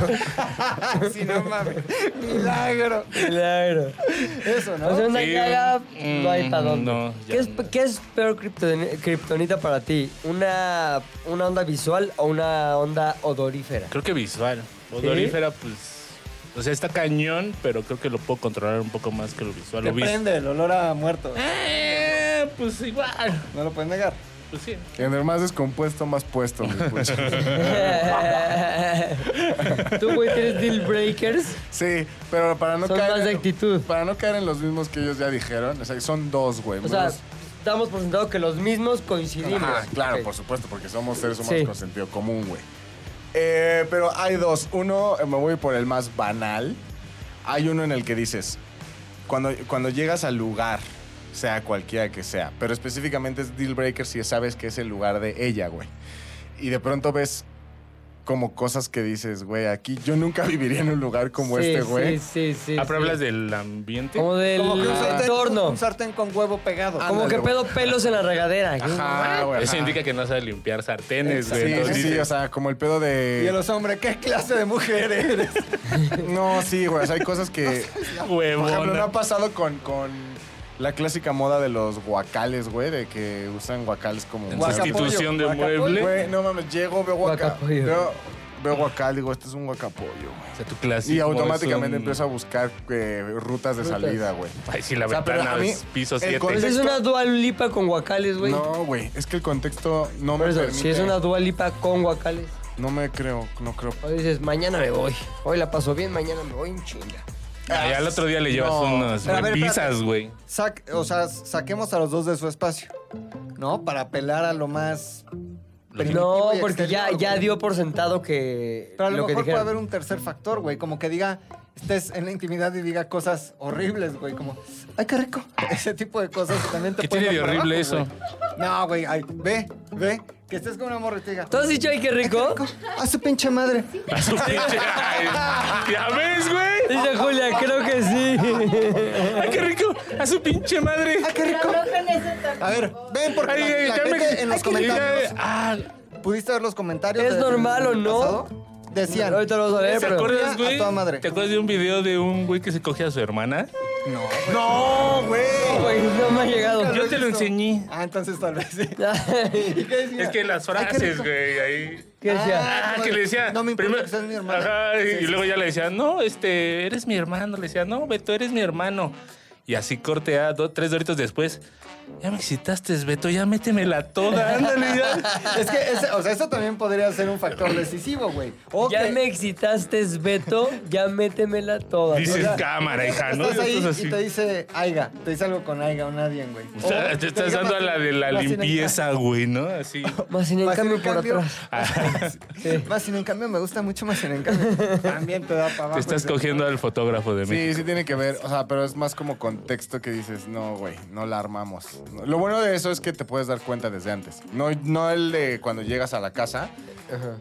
Speaker 1: creo.
Speaker 5: ver.
Speaker 2: Sí, no mames. Milagro.
Speaker 1: Claro.
Speaker 2: Eso,
Speaker 1: O sea,
Speaker 2: ¿no?
Speaker 1: una
Speaker 5: Sí.
Speaker 1: llaga no hay para dónde.
Speaker 5: No, ya
Speaker 1: ¿Qué, es,
Speaker 5: no.
Speaker 1: qué es peor criptoni- kriptonita para ti? ¿Una, ¿Una onda visual o una onda odorífera?
Speaker 5: Creo que visual. Odorífera, pues. O sea, está cañón, pero creo que lo puedo controlar un poco más que lo visual.
Speaker 2: Te
Speaker 5: Lo vis-
Speaker 2: prende el olor a muerto.
Speaker 5: Eh, pues igual.
Speaker 2: No lo puedes negar.
Speaker 5: Pues sí.
Speaker 4: Entre más descompuesto, más puesto. mi pucha.
Speaker 1: ¿Tú, güey, tienes deal breakers?
Speaker 4: Sí, pero para no
Speaker 1: Son
Speaker 4: caer.
Speaker 1: más de actitud.
Speaker 4: Para no caer en los mismos que ellos ya dijeron. O sea, son dos, güey.
Speaker 1: O sea,
Speaker 4: Menos-
Speaker 1: damos por sentado que los mismos coincidimos.
Speaker 4: Ajá, claro,
Speaker 1: Ok.
Speaker 4: por supuesto, porque somos seres humanos
Speaker 1: Sí.
Speaker 4: con sentido común, güey. Eh, pero hay dos. Uno, eh, me voy por el más banal. Hay uno en el que dices, cuando, cuando llegas al lugar, sea cualquiera que sea, pero específicamente es deal breaker si sabes que es el lugar de ella, güey. Y de pronto ves como cosas que dices, güey, aquí yo nunca viviría en un lugar como
Speaker 1: Sí,
Speaker 4: este, güey.
Speaker 1: Sí, sí, sí.
Speaker 5: Ah,
Speaker 1: sí.
Speaker 5: pero hablas del ambiente.
Speaker 1: Como del
Speaker 2: Como que un sartén,
Speaker 1: entorno.
Speaker 2: un sartén con huevo pegado.
Speaker 1: Como que pedo pelos en la regadera.
Speaker 4: Ajá, güey.
Speaker 5: Eso
Speaker 4: ajá.
Speaker 5: indica que no sabe limpiar sartenes, güey.
Speaker 4: Sí, sí,
Speaker 5: Entonces
Speaker 4: sí,
Speaker 5: dices,
Speaker 4: o sea, como el pedo
Speaker 2: Y a
Speaker 4: de...
Speaker 2: los hombres, ¿qué clase de mujer eres?
Speaker 4: No, sí, güey, o sea, hay cosas que... Por ejemplo, ¿no
Speaker 5: huevona.
Speaker 4: ha pasado con, con la clásica moda de los guacales, güey? De que usan guacales como...
Speaker 5: En
Speaker 2: Guacapollo,
Speaker 5: sustitución de
Speaker 2: guacapollo.
Speaker 5: mueble.
Speaker 4: Güey, no mames, llego, veo guacal.
Speaker 1: Guacapollo.
Speaker 4: Veo, veo guacal, digo, este es un guacapollo, güey.
Speaker 5: O sea, tu clase.
Speaker 4: Y automáticamente empiezo a buscar eh, rutas de salida, güey.
Speaker 5: Ay, sí, la
Speaker 4: O sea, pero
Speaker 5: ventana
Speaker 4: a mí,
Speaker 5: es piso
Speaker 4: el
Speaker 5: 7.
Speaker 1: Pues
Speaker 4: contexto-
Speaker 1: es una dual lipa con guacales, güey.
Speaker 4: No, güey, es que el contexto no
Speaker 1: Por
Speaker 4: me
Speaker 1: eso,
Speaker 4: permite.
Speaker 1: si es una dualipa con guacales,
Speaker 4: No me creo, no creo.
Speaker 1: o dices, mañana me voy. Hoy la paso bien, mañana me voy en chinga.
Speaker 5: Ay, al otro día le llevas
Speaker 4: No.
Speaker 5: unas
Speaker 2: Pero a ver,
Speaker 5: repisas,
Speaker 2: espérate.
Speaker 5: güey.
Speaker 2: Sac- o sea, saquemos a los dos de su espacio, ¿no? Para apelar a lo más...
Speaker 1: No,
Speaker 2: primitivo y
Speaker 1: porque ya,
Speaker 2: exterior,
Speaker 1: ya
Speaker 2: güey.
Speaker 1: dio por sentado que.
Speaker 2: Pero a lo,
Speaker 1: que
Speaker 2: mejor puede
Speaker 1: dijeron.
Speaker 2: haber un tercer factor, güey. Como que diga, estés en la intimidad y diga cosas horribles, güey. Como, ay, qué rico. Ese tipo de cosas que también te
Speaker 5: ¿Qué
Speaker 2: pueden
Speaker 5: tiene
Speaker 2: dar
Speaker 5: de
Speaker 2: para
Speaker 5: horrible
Speaker 2: abajo, güey. No, güey, ay, ve, ve. Que estés con una morra y te diga,
Speaker 1: ¿Tú has dicho, ay, qué rico?
Speaker 2: a su pinche madre.
Speaker 5: A su pinche. Ay, ¿Ya ves, güey?
Speaker 1: Dice Julia, creo que sí.
Speaker 5: Ay, qué rico. A su pinche madre.
Speaker 2: Ay, "Ah, qué rico. A ver, ven, porque
Speaker 5: Ay,
Speaker 2: la-
Speaker 5: ay,
Speaker 2: la
Speaker 5: ya me-
Speaker 2: gente en los
Speaker 5: ay, que-
Speaker 2: comentarios,
Speaker 5: Ah,
Speaker 2: ¿pudiste ver los comentarios?
Speaker 1: ¿Es
Speaker 2: del-
Speaker 1: normal o
Speaker 2: del
Speaker 1: no?
Speaker 2: pasado? Decían.
Speaker 1: Ahorita lo vamos a ver,
Speaker 5: ¿Te
Speaker 1: pero.
Speaker 5: acuerdas,
Speaker 2: a
Speaker 5: güey?
Speaker 2: toda madre.
Speaker 5: ¿Te acuerdas de un video de un güey que se coge a su hermana?
Speaker 4: ¡No, güey!
Speaker 1: Güey, no me ha llegado.
Speaker 5: Yo te lo enseñé.
Speaker 2: Ah, entonces tal vez sí. ¿Y
Speaker 1: ¿Qué
Speaker 2: qué decía?
Speaker 5: Es que las
Speaker 2: Ay, qué
Speaker 5: frases,
Speaker 2: rico.
Speaker 5: güey, ahí.
Speaker 1: decía?
Speaker 5: Ah,
Speaker 2: no,
Speaker 5: que le decía.
Speaker 2: No me importa
Speaker 5: primero-
Speaker 2: que seas mi hermana.
Speaker 5: Ajá, y,
Speaker 2: Sí, sí,
Speaker 5: luego ya le decía, no, este, eres mi hermano. Le decía, no, Beto, eres mi hermano. Y así corte a dos, tres doritos después. Ya me excitaste, Beto, ya métemela toda, ándale ya.
Speaker 2: Es que, ese- o sea, eso también podría ser un factor decisivo, güey. O
Speaker 1: Ya
Speaker 2: que
Speaker 1: me excitaste, Beto. Ya métemela toda.
Speaker 5: Dices
Speaker 2: sea,
Speaker 5: cámara, hija, ¿no?
Speaker 2: estás
Speaker 5: Y
Speaker 2: ahí
Speaker 5: estás así.
Speaker 2: y te dice Aiga, te dice algo con Aiga o nadie, güey.
Speaker 5: O sea,
Speaker 2: O
Speaker 5: te estás dando a la de la
Speaker 2: más sin en-
Speaker 5: limpieza, güey, ¿no? Así.
Speaker 1: Más sin en
Speaker 2: Más sin
Speaker 1: cambio
Speaker 2: en
Speaker 1: por
Speaker 2: cambio.
Speaker 1: atrás.
Speaker 2: Más sin en cambio me gusta mucho más sin en cambio. También te da para abajo.
Speaker 5: Te estás
Speaker 2: ah.
Speaker 5: cogiendo al fotógrafo de mí.
Speaker 4: Sí, sí tiene que ver, o sea, pero es más como contexto que dices, no, güey, no la armamos. Lo bueno de eso es que te puedes dar cuenta desde antes. No, no el de cuando llegas a la casa,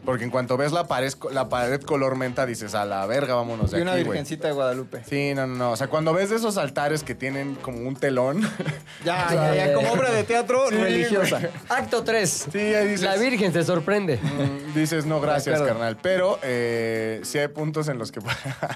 Speaker 4: porque en cuanto ves la pared, la pared color menta, dices, a la verga, vámonos de
Speaker 2: Y una
Speaker 4: aquí, güey.
Speaker 2: virgencita de Guadalupe.
Speaker 4: Sí, no, no, no. O sea, cuando ves de esos altares que tienen como un telón,
Speaker 2: Ya,
Speaker 1: O sea,
Speaker 2: ya, ya,
Speaker 1: eh,
Speaker 2: como obra de teatro
Speaker 4: Sí,
Speaker 2: religiosa.
Speaker 4: güey.
Speaker 1: Acto 3.
Speaker 4: sí, ahí dices...
Speaker 1: La Virgen te sorprende.
Speaker 4: mm, Dices, no, gracias,
Speaker 2: acuerdo.
Speaker 4: carnal. Pero eh, sí hay puntos en los que...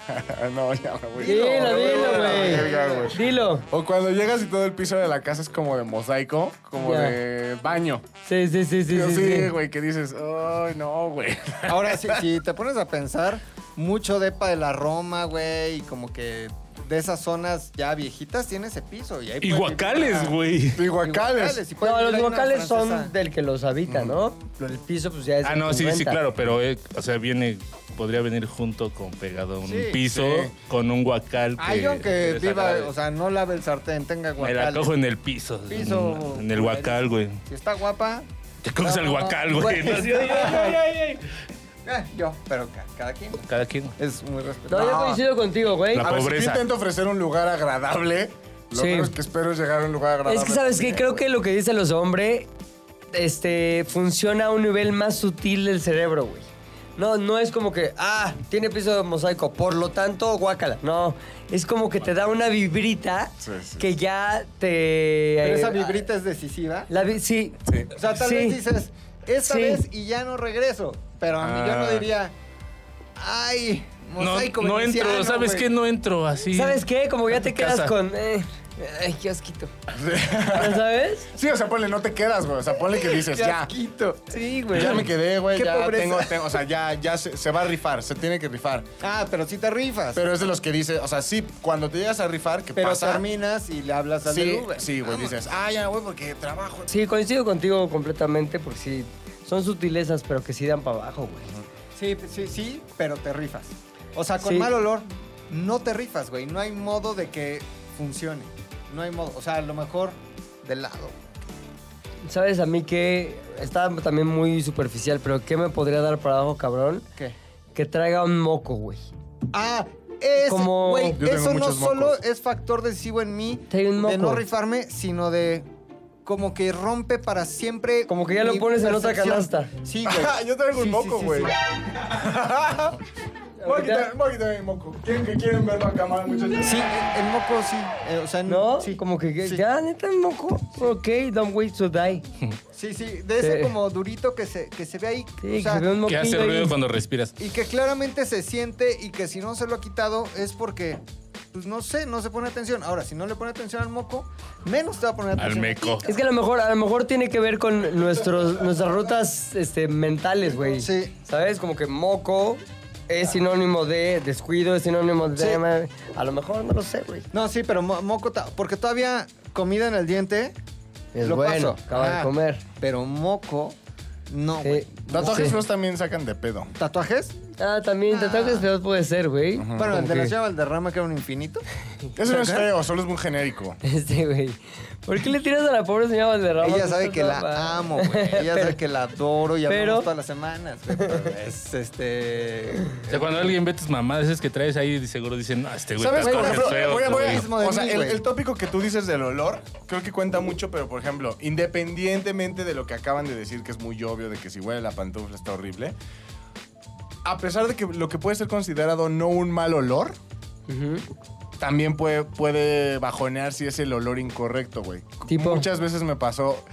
Speaker 4: no, ya me voy.
Speaker 1: Dilo,
Speaker 4: No, me voy a
Speaker 1: dilo,
Speaker 4: la verga,
Speaker 1: güey. Dilo.
Speaker 4: O cuando llegas y todo el piso de la casa es como de mosaico, como
Speaker 1: Ya.
Speaker 4: de baño.
Speaker 1: Sí, sí, sí, sí.
Speaker 4: Yo
Speaker 1: sí, sí.
Speaker 4: sí, güey, que dices, ay, no, güey.
Speaker 2: Ahora, si, si te pones a pensar, mucho depa de la Roma, güey, y como que de esas zonas ya viejitas tiene ese piso. Y, ahí
Speaker 5: Y
Speaker 2: puedes
Speaker 5: guacales,
Speaker 2: vivir,
Speaker 5: güey.
Speaker 4: Y
Speaker 2: ah, y
Speaker 4: guacales.
Speaker 2: y puedes
Speaker 1: No,
Speaker 2: vivir
Speaker 1: los
Speaker 2: ahí una
Speaker 1: vocales son
Speaker 2: francesa.
Speaker 1: del que los habita, ¿no? El piso, pues ya es.
Speaker 5: Ah,
Speaker 1: el
Speaker 5: no,
Speaker 1: que
Speaker 5: sí, sí,
Speaker 1: renta.
Speaker 5: claro, pero, eh, o sea, viene, podría venir junto con pegado a un
Speaker 2: Sí,
Speaker 5: piso,
Speaker 4: sí.
Speaker 5: con un guacal.
Speaker 2: Ay, aunque
Speaker 5: les
Speaker 2: viva,
Speaker 5: agrade.
Speaker 2: o sea, no lave el sartén,
Speaker 5: Me la
Speaker 2: tenga guacales.
Speaker 5: cojo en el piso.
Speaker 2: Piso,
Speaker 5: en el guacal, güey.
Speaker 2: Si está guapa,
Speaker 5: Te coges
Speaker 2: No,
Speaker 5: al
Speaker 2: no,
Speaker 5: guacal,
Speaker 2: no.
Speaker 5: güey.
Speaker 2: Güey.
Speaker 5: Así, ay, ay, ay, ay.
Speaker 2: eh, yo, pero ca- cada quien.
Speaker 5: Cada quien.
Speaker 2: Es muy
Speaker 1: No,
Speaker 2: respetable.
Speaker 1: yo coincido contigo, güey.
Speaker 5: La
Speaker 4: A ver, si yo
Speaker 5: pobreza.
Speaker 4: intento ofrecer un lugar agradable, lo
Speaker 1: Sí.
Speaker 4: menos que espero es llegar a un lugar agradable.
Speaker 1: Es que, ¿sabes
Speaker 4: Ah,
Speaker 1: qué? Creo que lo que dicen los hombres este, funciona a un nivel más sutil del cerebro, güey. No, no es como que, ah, tiene piso de mosaico, por lo tanto, guácala. No, es como que te da una vibrita
Speaker 4: Sí, sí.
Speaker 1: que ya te...
Speaker 2: Pero esa
Speaker 1: eh,
Speaker 2: vibrita es decisiva.
Speaker 1: La vi- sí.
Speaker 4: Sí.
Speaker 2: O sea, tal
Speaker 1: Sí.
Speaker 2: vez dices, esta
Speaker 1: Sí.
Speaker 2: vez y ya no regreso. Pero a mí yo no
Speaker 4: Ah.
Speaker 2: diría, ay,
Speaker 5: No,
Speaker 2: mosaico
Speaker 5: no entro,
Speaker 2: veneciano,
Speaker 5: ¿sabes
Speaker 2: güey".
Speaker 5: qué? No entro así.
Speaker 1: ¿Sabes qué? Como ya te quedas
Speaker 5: Casa.
Speaker 1: con... eh, ay, qué asquito. ¿Ya sabes?
Speaker 4: Sí, o sea, ponle, no te quedas, güey. O sea, ponle que dices,
Speaker 2: Qué
Speaker 4: ya.
Speaker 2: asquito.
Speaker 1: Sí, güey.
Speaker 4: Ya me quedé, güey.
Speaker 2: Qué
Speaker 4: Ya
Speaker 2: pobreza.
Speaker 4: tengo, tengo- o sea, ya, ya se, se va a rifar, se tiene que rifar.
Speaker 2: Ah, pero si te rifas. Pero,
Speaker 4: Pero es de los que dice, o sea, sí, cuando te llegas a rifar, ¿qué pasa?
Speaker 2: terminas y le hablas al
Speaker 4: sí,
Speaker 2: del Uber.
Speaker 4: sí, güey, dices, ah, ya, güey, porque trabajo.
Speaker 1: Sí, coincido contigo completamente porque sí, son sutilezas, pero que sí dan para abajo, güey.
Speaker 2: Sí, sí, sí, pero te rifas. O sea, con
Speaker 1: Sí.
Speaker 2: mal olor, no te rifas, güey. No hay modo de que funcione. No hay modo. O sea, a lo mejor de lado.
Speaker 1: ¿Sabes a mí que Está también muy superficial, pero ¿qué me podría dar para abajo, cabrón?
Speaker 2: ¿Qué?
Speaker 1: Que traiga un moco, güey.
Speaker 2: Ah, es,
Speaker 1: Como-
Speaker 2: güey,
Speaker 4: Yo tengo
Speaker 2: eso no
Speaker 4: muchos
Speaker 2: solo
Speaker 4: mocos.
Speaker 2: es factor decisivo en mí
Speaker 1: Te hay un
Speaker 2: de no
Speaker 1: moco.
Speaker 2: rifarme, sino de como que rompe para siempre.
Speaker 1: Como que ya lo
Speaker 2: mi
Speaker 1: pones en otra
Speaker 2: percepción.
Speaker 1: canasta.
Speaker 2: Sí, güey.
Speaker 4: Yo traigo un
Speaker 2: Sí, sí,
Speaker 4: moco,
Speaker 2: sí,
Speaker 4: güey.
Speaker 2: sí.
Speaker 4: Voy a quitar- voy a quitar mi moco. ¿Quieren, que quieren verlo a cámara, muchachos?
Speaker 2: Sí, el moco sí. Eh, o sea,
Speaker 4: Mm,
Speaker 1: ¿No?
Speaker 2: Sí,
Speaker 1: Como que
Speaker 2: sí.
Speaker 1: ya, neta, un moco. Ok, don't wait to die.
Speaker 2: Sí, sí, de ese
Speaker 1: Sí.
Speaker 2: como durito que se, que se ve ahí.
Speaker 1: Sí,
Speaker 2: o sea,
Speaker 1: que se ve un
Speaker 5: Que
Speaker 1: moquillo
Speaker 5: hace ruido
Speaker 1: ahí.
Speaker 5: cuando respiras.
Speaker 2: Y que claramente se siente y que si no se lo ha quitado es porque, pues no sé, no se pone atención. Ahora, si no le pone atención al moco, menos te va a poner
Speaker 5: Al
Speaker 2: atención.
Speaker 5: meco.
Speaker 1: Es que a lo mejor, a lo mejor tiene que ver con nuestros, nuestras rutas este, mentales, güey.
Speaker 2: Sí.
Speaker 1: ¿Sabes? Como que moco es sinónimo de descuido, es sinónimo de... A lo mejor no lo sé, güey.
Speaker 2: No, sí, pero mo- moco, ta- porque todavía comida en el diente
Speaker 1: Es
Speaker 2: lo
Speaker 1: bueno,
Speaker 2: paso.
Speaker 1: acaba de
Speaker 2: Ah,
Speaker 1: comer.
Speaker 2: Pero moco, no. güey.
Speaker 1: Sí.
Speaker 4: Tatuajes
Speaker 1: Sí.
Speaker 4: los también sacan de pedo.
Speaker 2: ¿Tatuajes?
Speaker 1: Ah, también te tatuajes feos puede ser, güey.
Speaker 2: Bueno, el
Speaker 1: Como
Speaker 2: de la
Speaker 1: que-
Speaker 2: llave Valderrama, que era un infinito.
Speaker 4: Eso no es feo, solo es muy genérico.
Speaker 1: Este, güey. ¿Por qué le tiras a la pobre señora Valderrama?
Speaker 2: Ella sabe
Speaker 1: No,
Speaker 2: que
Speaker 1: no,
Speaker 2: la
Speaker 1: va.
Speaker 2: amo, güey. Ella sabe que la adoro y hablamos
Speaker 1: Pero-
Speaker 2: todas las semanas, güey. Pero Es este.
Speaker 5: O sea, cuando alguien ve tus mamadas esas que traes ahí, seguro dicen, no, este güey
Speaker 4: ¿Sabes?
Speaker 5: está
Speaker 4: Por
Speaker 5: coge
Speaker 4: ejemplo,
Speaker 5: feo,
Speaker 4: voy a- voy a-
Speaker 5: güey".
Speaker 2: mismo de
Speaker 4: o sea,
Speaker 2: mí,
Speaker 4: el,
Speaker 2: güey.
Speaker 4: el tópico que tú dices del olor, creo que cuenta mucho, pero por ejemplo, independientemente de lo que acaban de decir, que es muy obvio de que si huele la pantufla está horrible, a pesar de que lo que puede ser considerado no un mal olor, también puede, puede bajonear si es el olor incorrecto, güey.
Speaker 1: Tipo.
Speaker 4: Muchas veces me pasó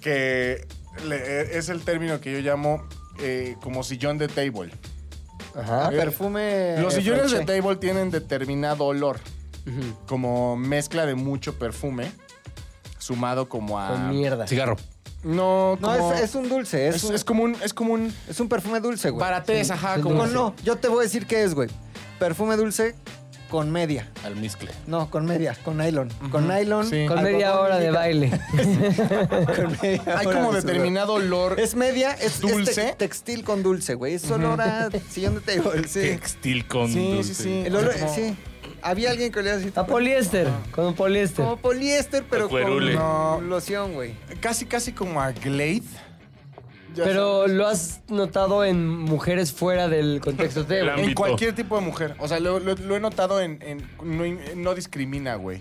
Speaker 4: que le- e, es el término que yo llamo eh, como sillón de table.
Speaker 2: Ah,
Speaker 1: Ajá.
Speaker 2: perfume.
Speaker 4: Los
Speaker 2: eh,
Speaker 4: sillones de
Speaker 2: French.
Speaker 4: table tienen determinado olor, como mezcla de mucho perfume, sumado como a...
Speaker 2: Ah.
Speaker 1: Con mierda.
Speaker 5: Cigarro.
Speaker 4: No,
Speaker 2: No,
Speaker 4: como-
Speaker 2: es, es un dulce. Es,
Speaker 4: es-
Speaker 2: un,
Speaker 4: es como un... Es como un
Speaker 2: es un perfume dulce, güey.
Speaker 4: baratés, ajá,
Speaker 1: sí,
Speaker 4: como...
Speaker 2: No, no, yo te voy a decir qué es, güey. Perfume dulce con media.
Speaker 5: al miscle.
Speaker 2: No, con media, con nylon. Con nylon.
Speaker 4: Sí.
Speaker 1: Con
Speaker 2: algodón
Speaker 1: media hora de
Speaker 2: líquido.
Speaker 1: baile.
Speaker 2: Con media
Speaker 4: Hay
Speaker 2: hora
Speaker 4: como
Speaker 2: de sudor.
Speaker 4: determinado olor.
Speaker 2: Es media, es, dulce.
Speaker 4: ¿Dulce?
Speaker 2: textil con dulce, güey. Es olor a sillón de table, sí.
Speaker 5: Textil con
Speaker 4: Sí, sí,
Speaker 5: dulce.
Speaker 4: sí.
Speaker 2: El olor,
Speaker 4: O sea, como-
Speaker 2: sí. Había alguien que olía así.
Speaker 1: A poliéster, con poliéster.
Speaker 2: Como poliéster, pero con
Speaker 5: Cuerule.
Speaker 4: No.
Speaker 2: loción, güey.
Speaker 4: Casi, casi como a Glade. Ya
Speaker 1: Pero lo has notado en mujeres fuera del contexto de...
Speaker 5: La-
Speaker 4: En
Speaker 5: ámbito.
Speaker 4: cualquier tipo de mujer. O sea, lo, lo- lo he notado en... en- no, no discrimina, güey.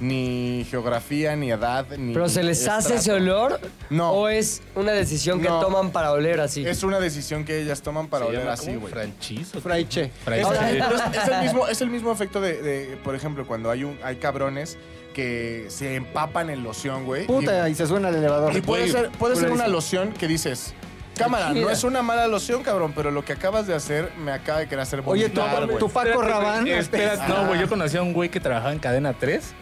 Speaker 4: Ni geografía, ni edad, ni...
Speaker 1: ¿Pero se les hace
Speaker 4: estrato.
Speaker 1: ese olor?
Speaker 4: No.
Speaker 1: ¿O es una decisión que
Speaker 4: No.
Speaker 1: toman para oler así?
Speaker 4: Es una decisión que ellas toman para
Speaker 5: Se
Speaker 4: oler
Speaker 5: llama
Speaker 4: así,
Speaker 5: como
Speaker 4: güey.
Speaker 5: Franchise. o qué?
Speaker 2: Fraiche.
Speaker 4: Es,
Speaker 5: Franchise.
Speaker 4: es- es el mismo, es el mismo efecto de, de, por ejemplo, cuando hay, un, hay cabrones que se empapan en loción, güey.
Speaker 2: Puta,
Speaker 4: y-
Speaker 2: y se suena el elevador.
Speaker 4: Y puede
Speaker 5: Güey,
Speaker 4: ser, puede ser una
Speaker 2: culerísimo.
Speaker 4: loción que dices, cámara, no
Speaker 1: Chida.
Speaker 4: es una mala loción, cabrón, pero lo que acabas de hacer me acaba de querer hacer
Speaker 2: Oye, tu,
Speaker 4: vomitar, güey.
Speaker 2: tu Paco
Speaker 5: Espérate,
Speaker 2: Rabán.
Speaker 5: Espérate, este, no, güey. Yo conocí a un güey que trabajaba en Cadena 3.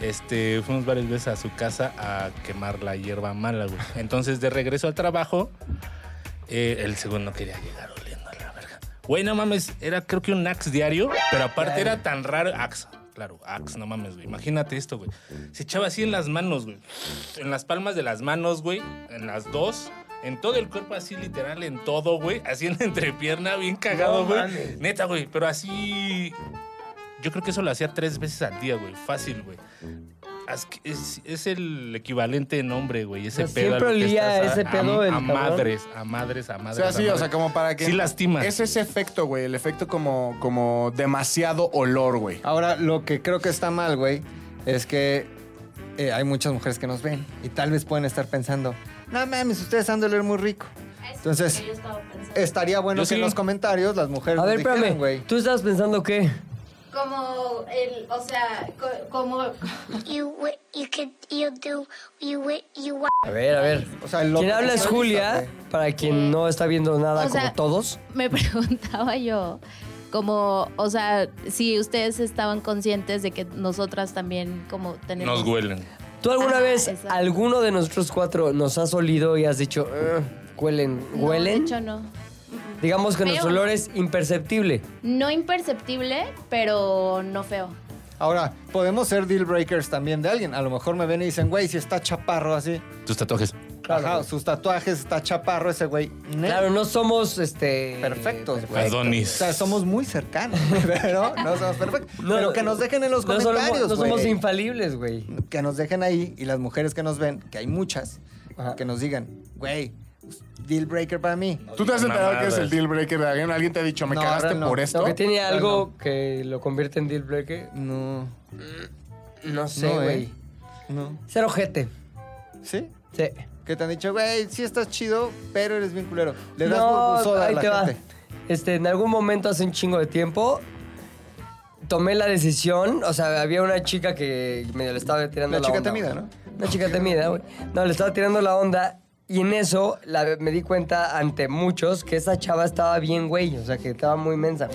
Speaker 5: Este, fuimos varias veces a su casa a quemar la hierba mala, güey. Entonces, de regreso al trabajo, eh, el segundo quería llegar oliendo a la verga. Güey, no mames, era creo que un Axe diario, pero aparte era tan raro. Axe, claro, Axe, no mames, güey. Imagínate esto, güey. Se echaba así en las manos, güey. En las palmas de las manos, güey. En las dos. En todo el cuerpo, así literal, en todo, güey. Así en la entrepierna, bien cagado, güey. Neta, güey. Pero así. Yo creo que eso lo hacía tres veces al día, güey. Fácil, güey. As- Es, es el equivalente en hombre, güey. Ese
Speaker 1: O sea,
Speaker 5: pedo. a lo
Speaker 1: Pues siempre
Speaker 5: que
Speaker 1: olía
Speaker 5: estás
Speaker 1: ese pedo el
Speaker 5: A, a
Speaker 1: cabrón.
Speaker 5: madres, a madres, a
Speaker 4: O
Speaker 5: madres.
Speaker 4: sea, sí,
Speaker 5: a
Speaker 4: o sea,
Speaker 5: madres.
Speaker 4: como para que...
Speaker 5: Sí lastima.
Speaker 4: Es ese efecto, güey, el efecto como, como demasiado olor, güey.
Speaker 2: Ahora, lo que creo que está mal, güey, es que eh, hay muchas mujeres que nos ven y tal vez pueden estar pensando, no mames, ustedes han de oler muy rico. Entonces, estaría bueno
Speaker 5: Yo
Speaker 2: que
Speaker 5: sí.
Speaker 2: en los comentarios las mujeres
Speaker 1: A
Speaker 2: nos
Speaker 1: ver,
Speaker 2: dijeran,
Speaker 1: espérame.
Speaker 2: güey.
Speaker 1: ¿Tú estabas pensando qué?
Speaker 9: Como el, o sea, co- como
Speaker 10: you what you could you do you what you want
Speaker 1: A ver, a ver.
Speaker 2: O sea, lo
Speaker 1: Quien
Speaker 2: que
Speaker 1: habla es
Speaker 2: está
Speaker 1: Julia,
Speaker 2: lista,
Speaker 1: para quien no está viendo nada
Speaker 9: O sea-
Speaker 1: como todos.
Speaker 9: me preguntaba yo, como, o sea, si ustedes estaban conscientes de que nosotras también como tenemos...
Speaker 5: Nos huelen.
Speaker 1: ¿Tú alguna
Speaker 9: Ajá,
Speaker 1: vez,
Speaker 9: exacto.
Speaker 1: alguno de nosotros cuatro, nos has olido y has dicho, "Ugh, huelen,
Speaker 9: No,
Speaker 1: huelen?
Speaker 9: de hecho no.
Speaker 1: Digamos que
Speaker 9: Feo.
Speaker 1: nuestro olor es imperceptible.
Speaker 2: ¿Eh?
Speaker 9: No imperceptible, pero no feo.
Speaker 2: Ahora, podemos ser deal breakers también de alguien. A lo mejor me ven y dicen, güey, si está chaparro así.
Speaker 5: Tus tatuajes.
Speaker 2: Ajá, sus tatuajes, está chaparro ese güey. Ne-
Speaker 1: Claro, no somos este
Speaker 2: Perfectos, güey.
Speaker 5: Adonis.
Speaker 2: O sea, somos muy cercanos, pero no somos perfectos.
Speaker 1: No,
Speaker 2: pero que nos dejen en los
Speaker 1: no somos-
Speaker 2: comentarios,
Speaker 1: No somos
Speaker 2: güey.
Speaker 1: infalibles, güey.
Speaker 2: que nos dejen ahí y las mujeres que nos ven, que hay muchas,
Speaker 1: Ajá.
Speaker 2: que nos digan, güey, deal breaker para mí.
Speaker 4: ¿Tú te has enterado que es el
Speaker 5: Mamadas.
Speaker 4: deal breaker de alguien? ¿Alguien te ha dicho, me
Speaker 2: No,
Speaker 4: cagaste
Speaker 2: ahora no.
Speaker 4: por
Speaker 1: Lo
Speaker 4: esto?
Speaker 1: que tiene
Speaker 2: Claro,
Speaker 1: algo que lo convierte en deal breaker,
Speaker 2: No,
Speaker 1: no sé,
Speaker 2: No,
Speaker 1: güey.
Speaker 2: eh. no.
Speaker 1: Ser ojete.
Speaker 2: ¿Sí?
Speaker 1: Sí.
Speaker 2: Que te han dicho, güey, sí estás chido, pero eres bien culero. Le das
Speaker 1: No,
Speaker 2: burbuzoda a
Speaker 1: ahí
Speaker 2: la
Speaker 1: te va.
Speaker 2: gente.
Speaker 1: Este, en algún momento hace un chingo de tiempo tomé la decisión, o sea, había una chica que medio le estaba tirando
Speaker 2: La
Speaker 1: la,
Speaker 2: chica
Speaker 1: onda,
Speaker 2: temida,
Speaker 1: güey.
Speaker 2: ¿no?
Speaker 1: Una chica temida, güey. No, le estaba tirando la onda y en eso la- me di cuenta ante muchos que esa chava estaba bien, güey, o sea, que estaba muy mensa.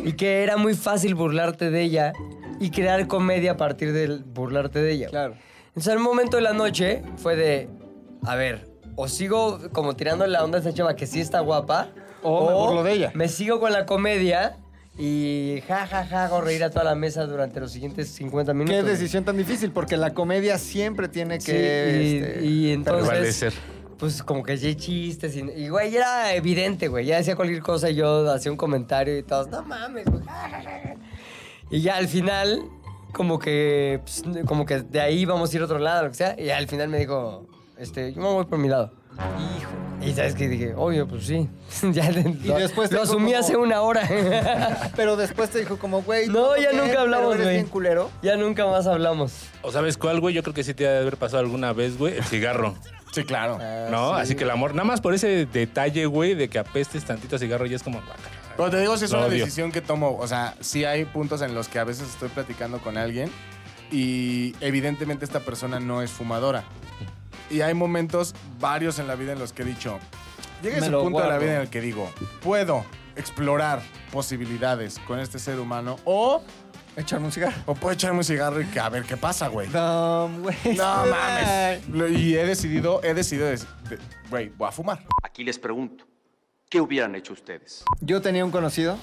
Speaker 1: Y que era muy fácil burlarte de ella y crear comedia a partir del burlarte de ella.
Speaker 2: Claro.
Speaker 1: Entonces, al momento de la noche fue de, a ver, o sigo como tirando la onda a esa chava que sí está guapa,
Speaker 2: O me burlo de ella.
Speaker 1: me sigo con la comedia y ja, ja, ja, hago reír a toda la mesa durante los siguientes 50 minutos.
Speaker 2: Qué decisión tan difícil, porque la comedia siempre tiene que...
Speaker 1: Sí, y,
Speaker 2: este,
Speaker 1: y entonces,
Speaker 5: prevalecer.
Speaker 1: pues como que sí chistes y, y, güey, era evidente, güey, ya decía cualquier cosa y yo hacía un comentario y todos, no mames, güey. ja, ja, ja". Y ya al final, como que, pues, como que de ahí vamos a ir a otro lado, lo que sea, y ya al final me dijo, este, yo me voy por mi lado. Hijo. Y sabes que dije, obvio, pues sí. ya le-
Speaker 2: Y
Speaker 1: lo,
Speaker 2: después
Speaker 1: lo
Speaker 2: te dijo
Speaker 1: asumí
Speaker 2: como-
Speaker 1: hace una hora.
Speaker 2: Pero después te dijo como, güey...
Speaker 1: no,
Speaker 2: todo
Speaker 1: ya
Speaker 2: bien,
Speaker 1: nunca
Speaker 2: pero
Speaker 1: hablamos,
Speaker 2: eres
Speaker 1: güey.
Speaker 2: bien culero.
Speaker 1: Ya nunca más hablamos.
Speaker 5: ¿O sabes cuál, güey? Yo creo que sí te ha de haber pasado alguna vez, güey. El cigarro.
Speaker 4: Sí, claro.
Speaker 2: Eh.
Speaker 5: ¿No? Así que el amor. Nada más por ese detalle, güey, de que apestes tantito a cigarro ya es como. guácala.
Speaker 4: Pero te digo, si es
Speaker 5: Lo
Speaker 4: una
Speaker 5: odio.
Speaker 4: decisión que tomo. O sea, sí hay puntos en los que a veces estoy platicando con alguien y evidentemente esta persona no es fumadora. Y hay momentos, varios en la vida, en los que he dicho, llega
Speaker 2: Me
Speaker 4: ese
Speaker 2: lo
Speaker 4: punto de la
Speaker 2: guardo.
Speaker 4: vida en el que digo, puedo explorar posibilidades con este ser humano o,
Speaker 2: Echarme un cigarro.
Speaker 4: o puedo echarme un cigarro y que- a ver qué pasa, güey.
Speaker 2: No, güey.
Speaker 4: No mames. Lo- Y he decidido, he decidido, des- de- güey, voy a fumar.
Speaker 11: Aquí les pregunto, ¿qué hubieran hecho ustedes?
Speaker 2: Yo tenía un conocido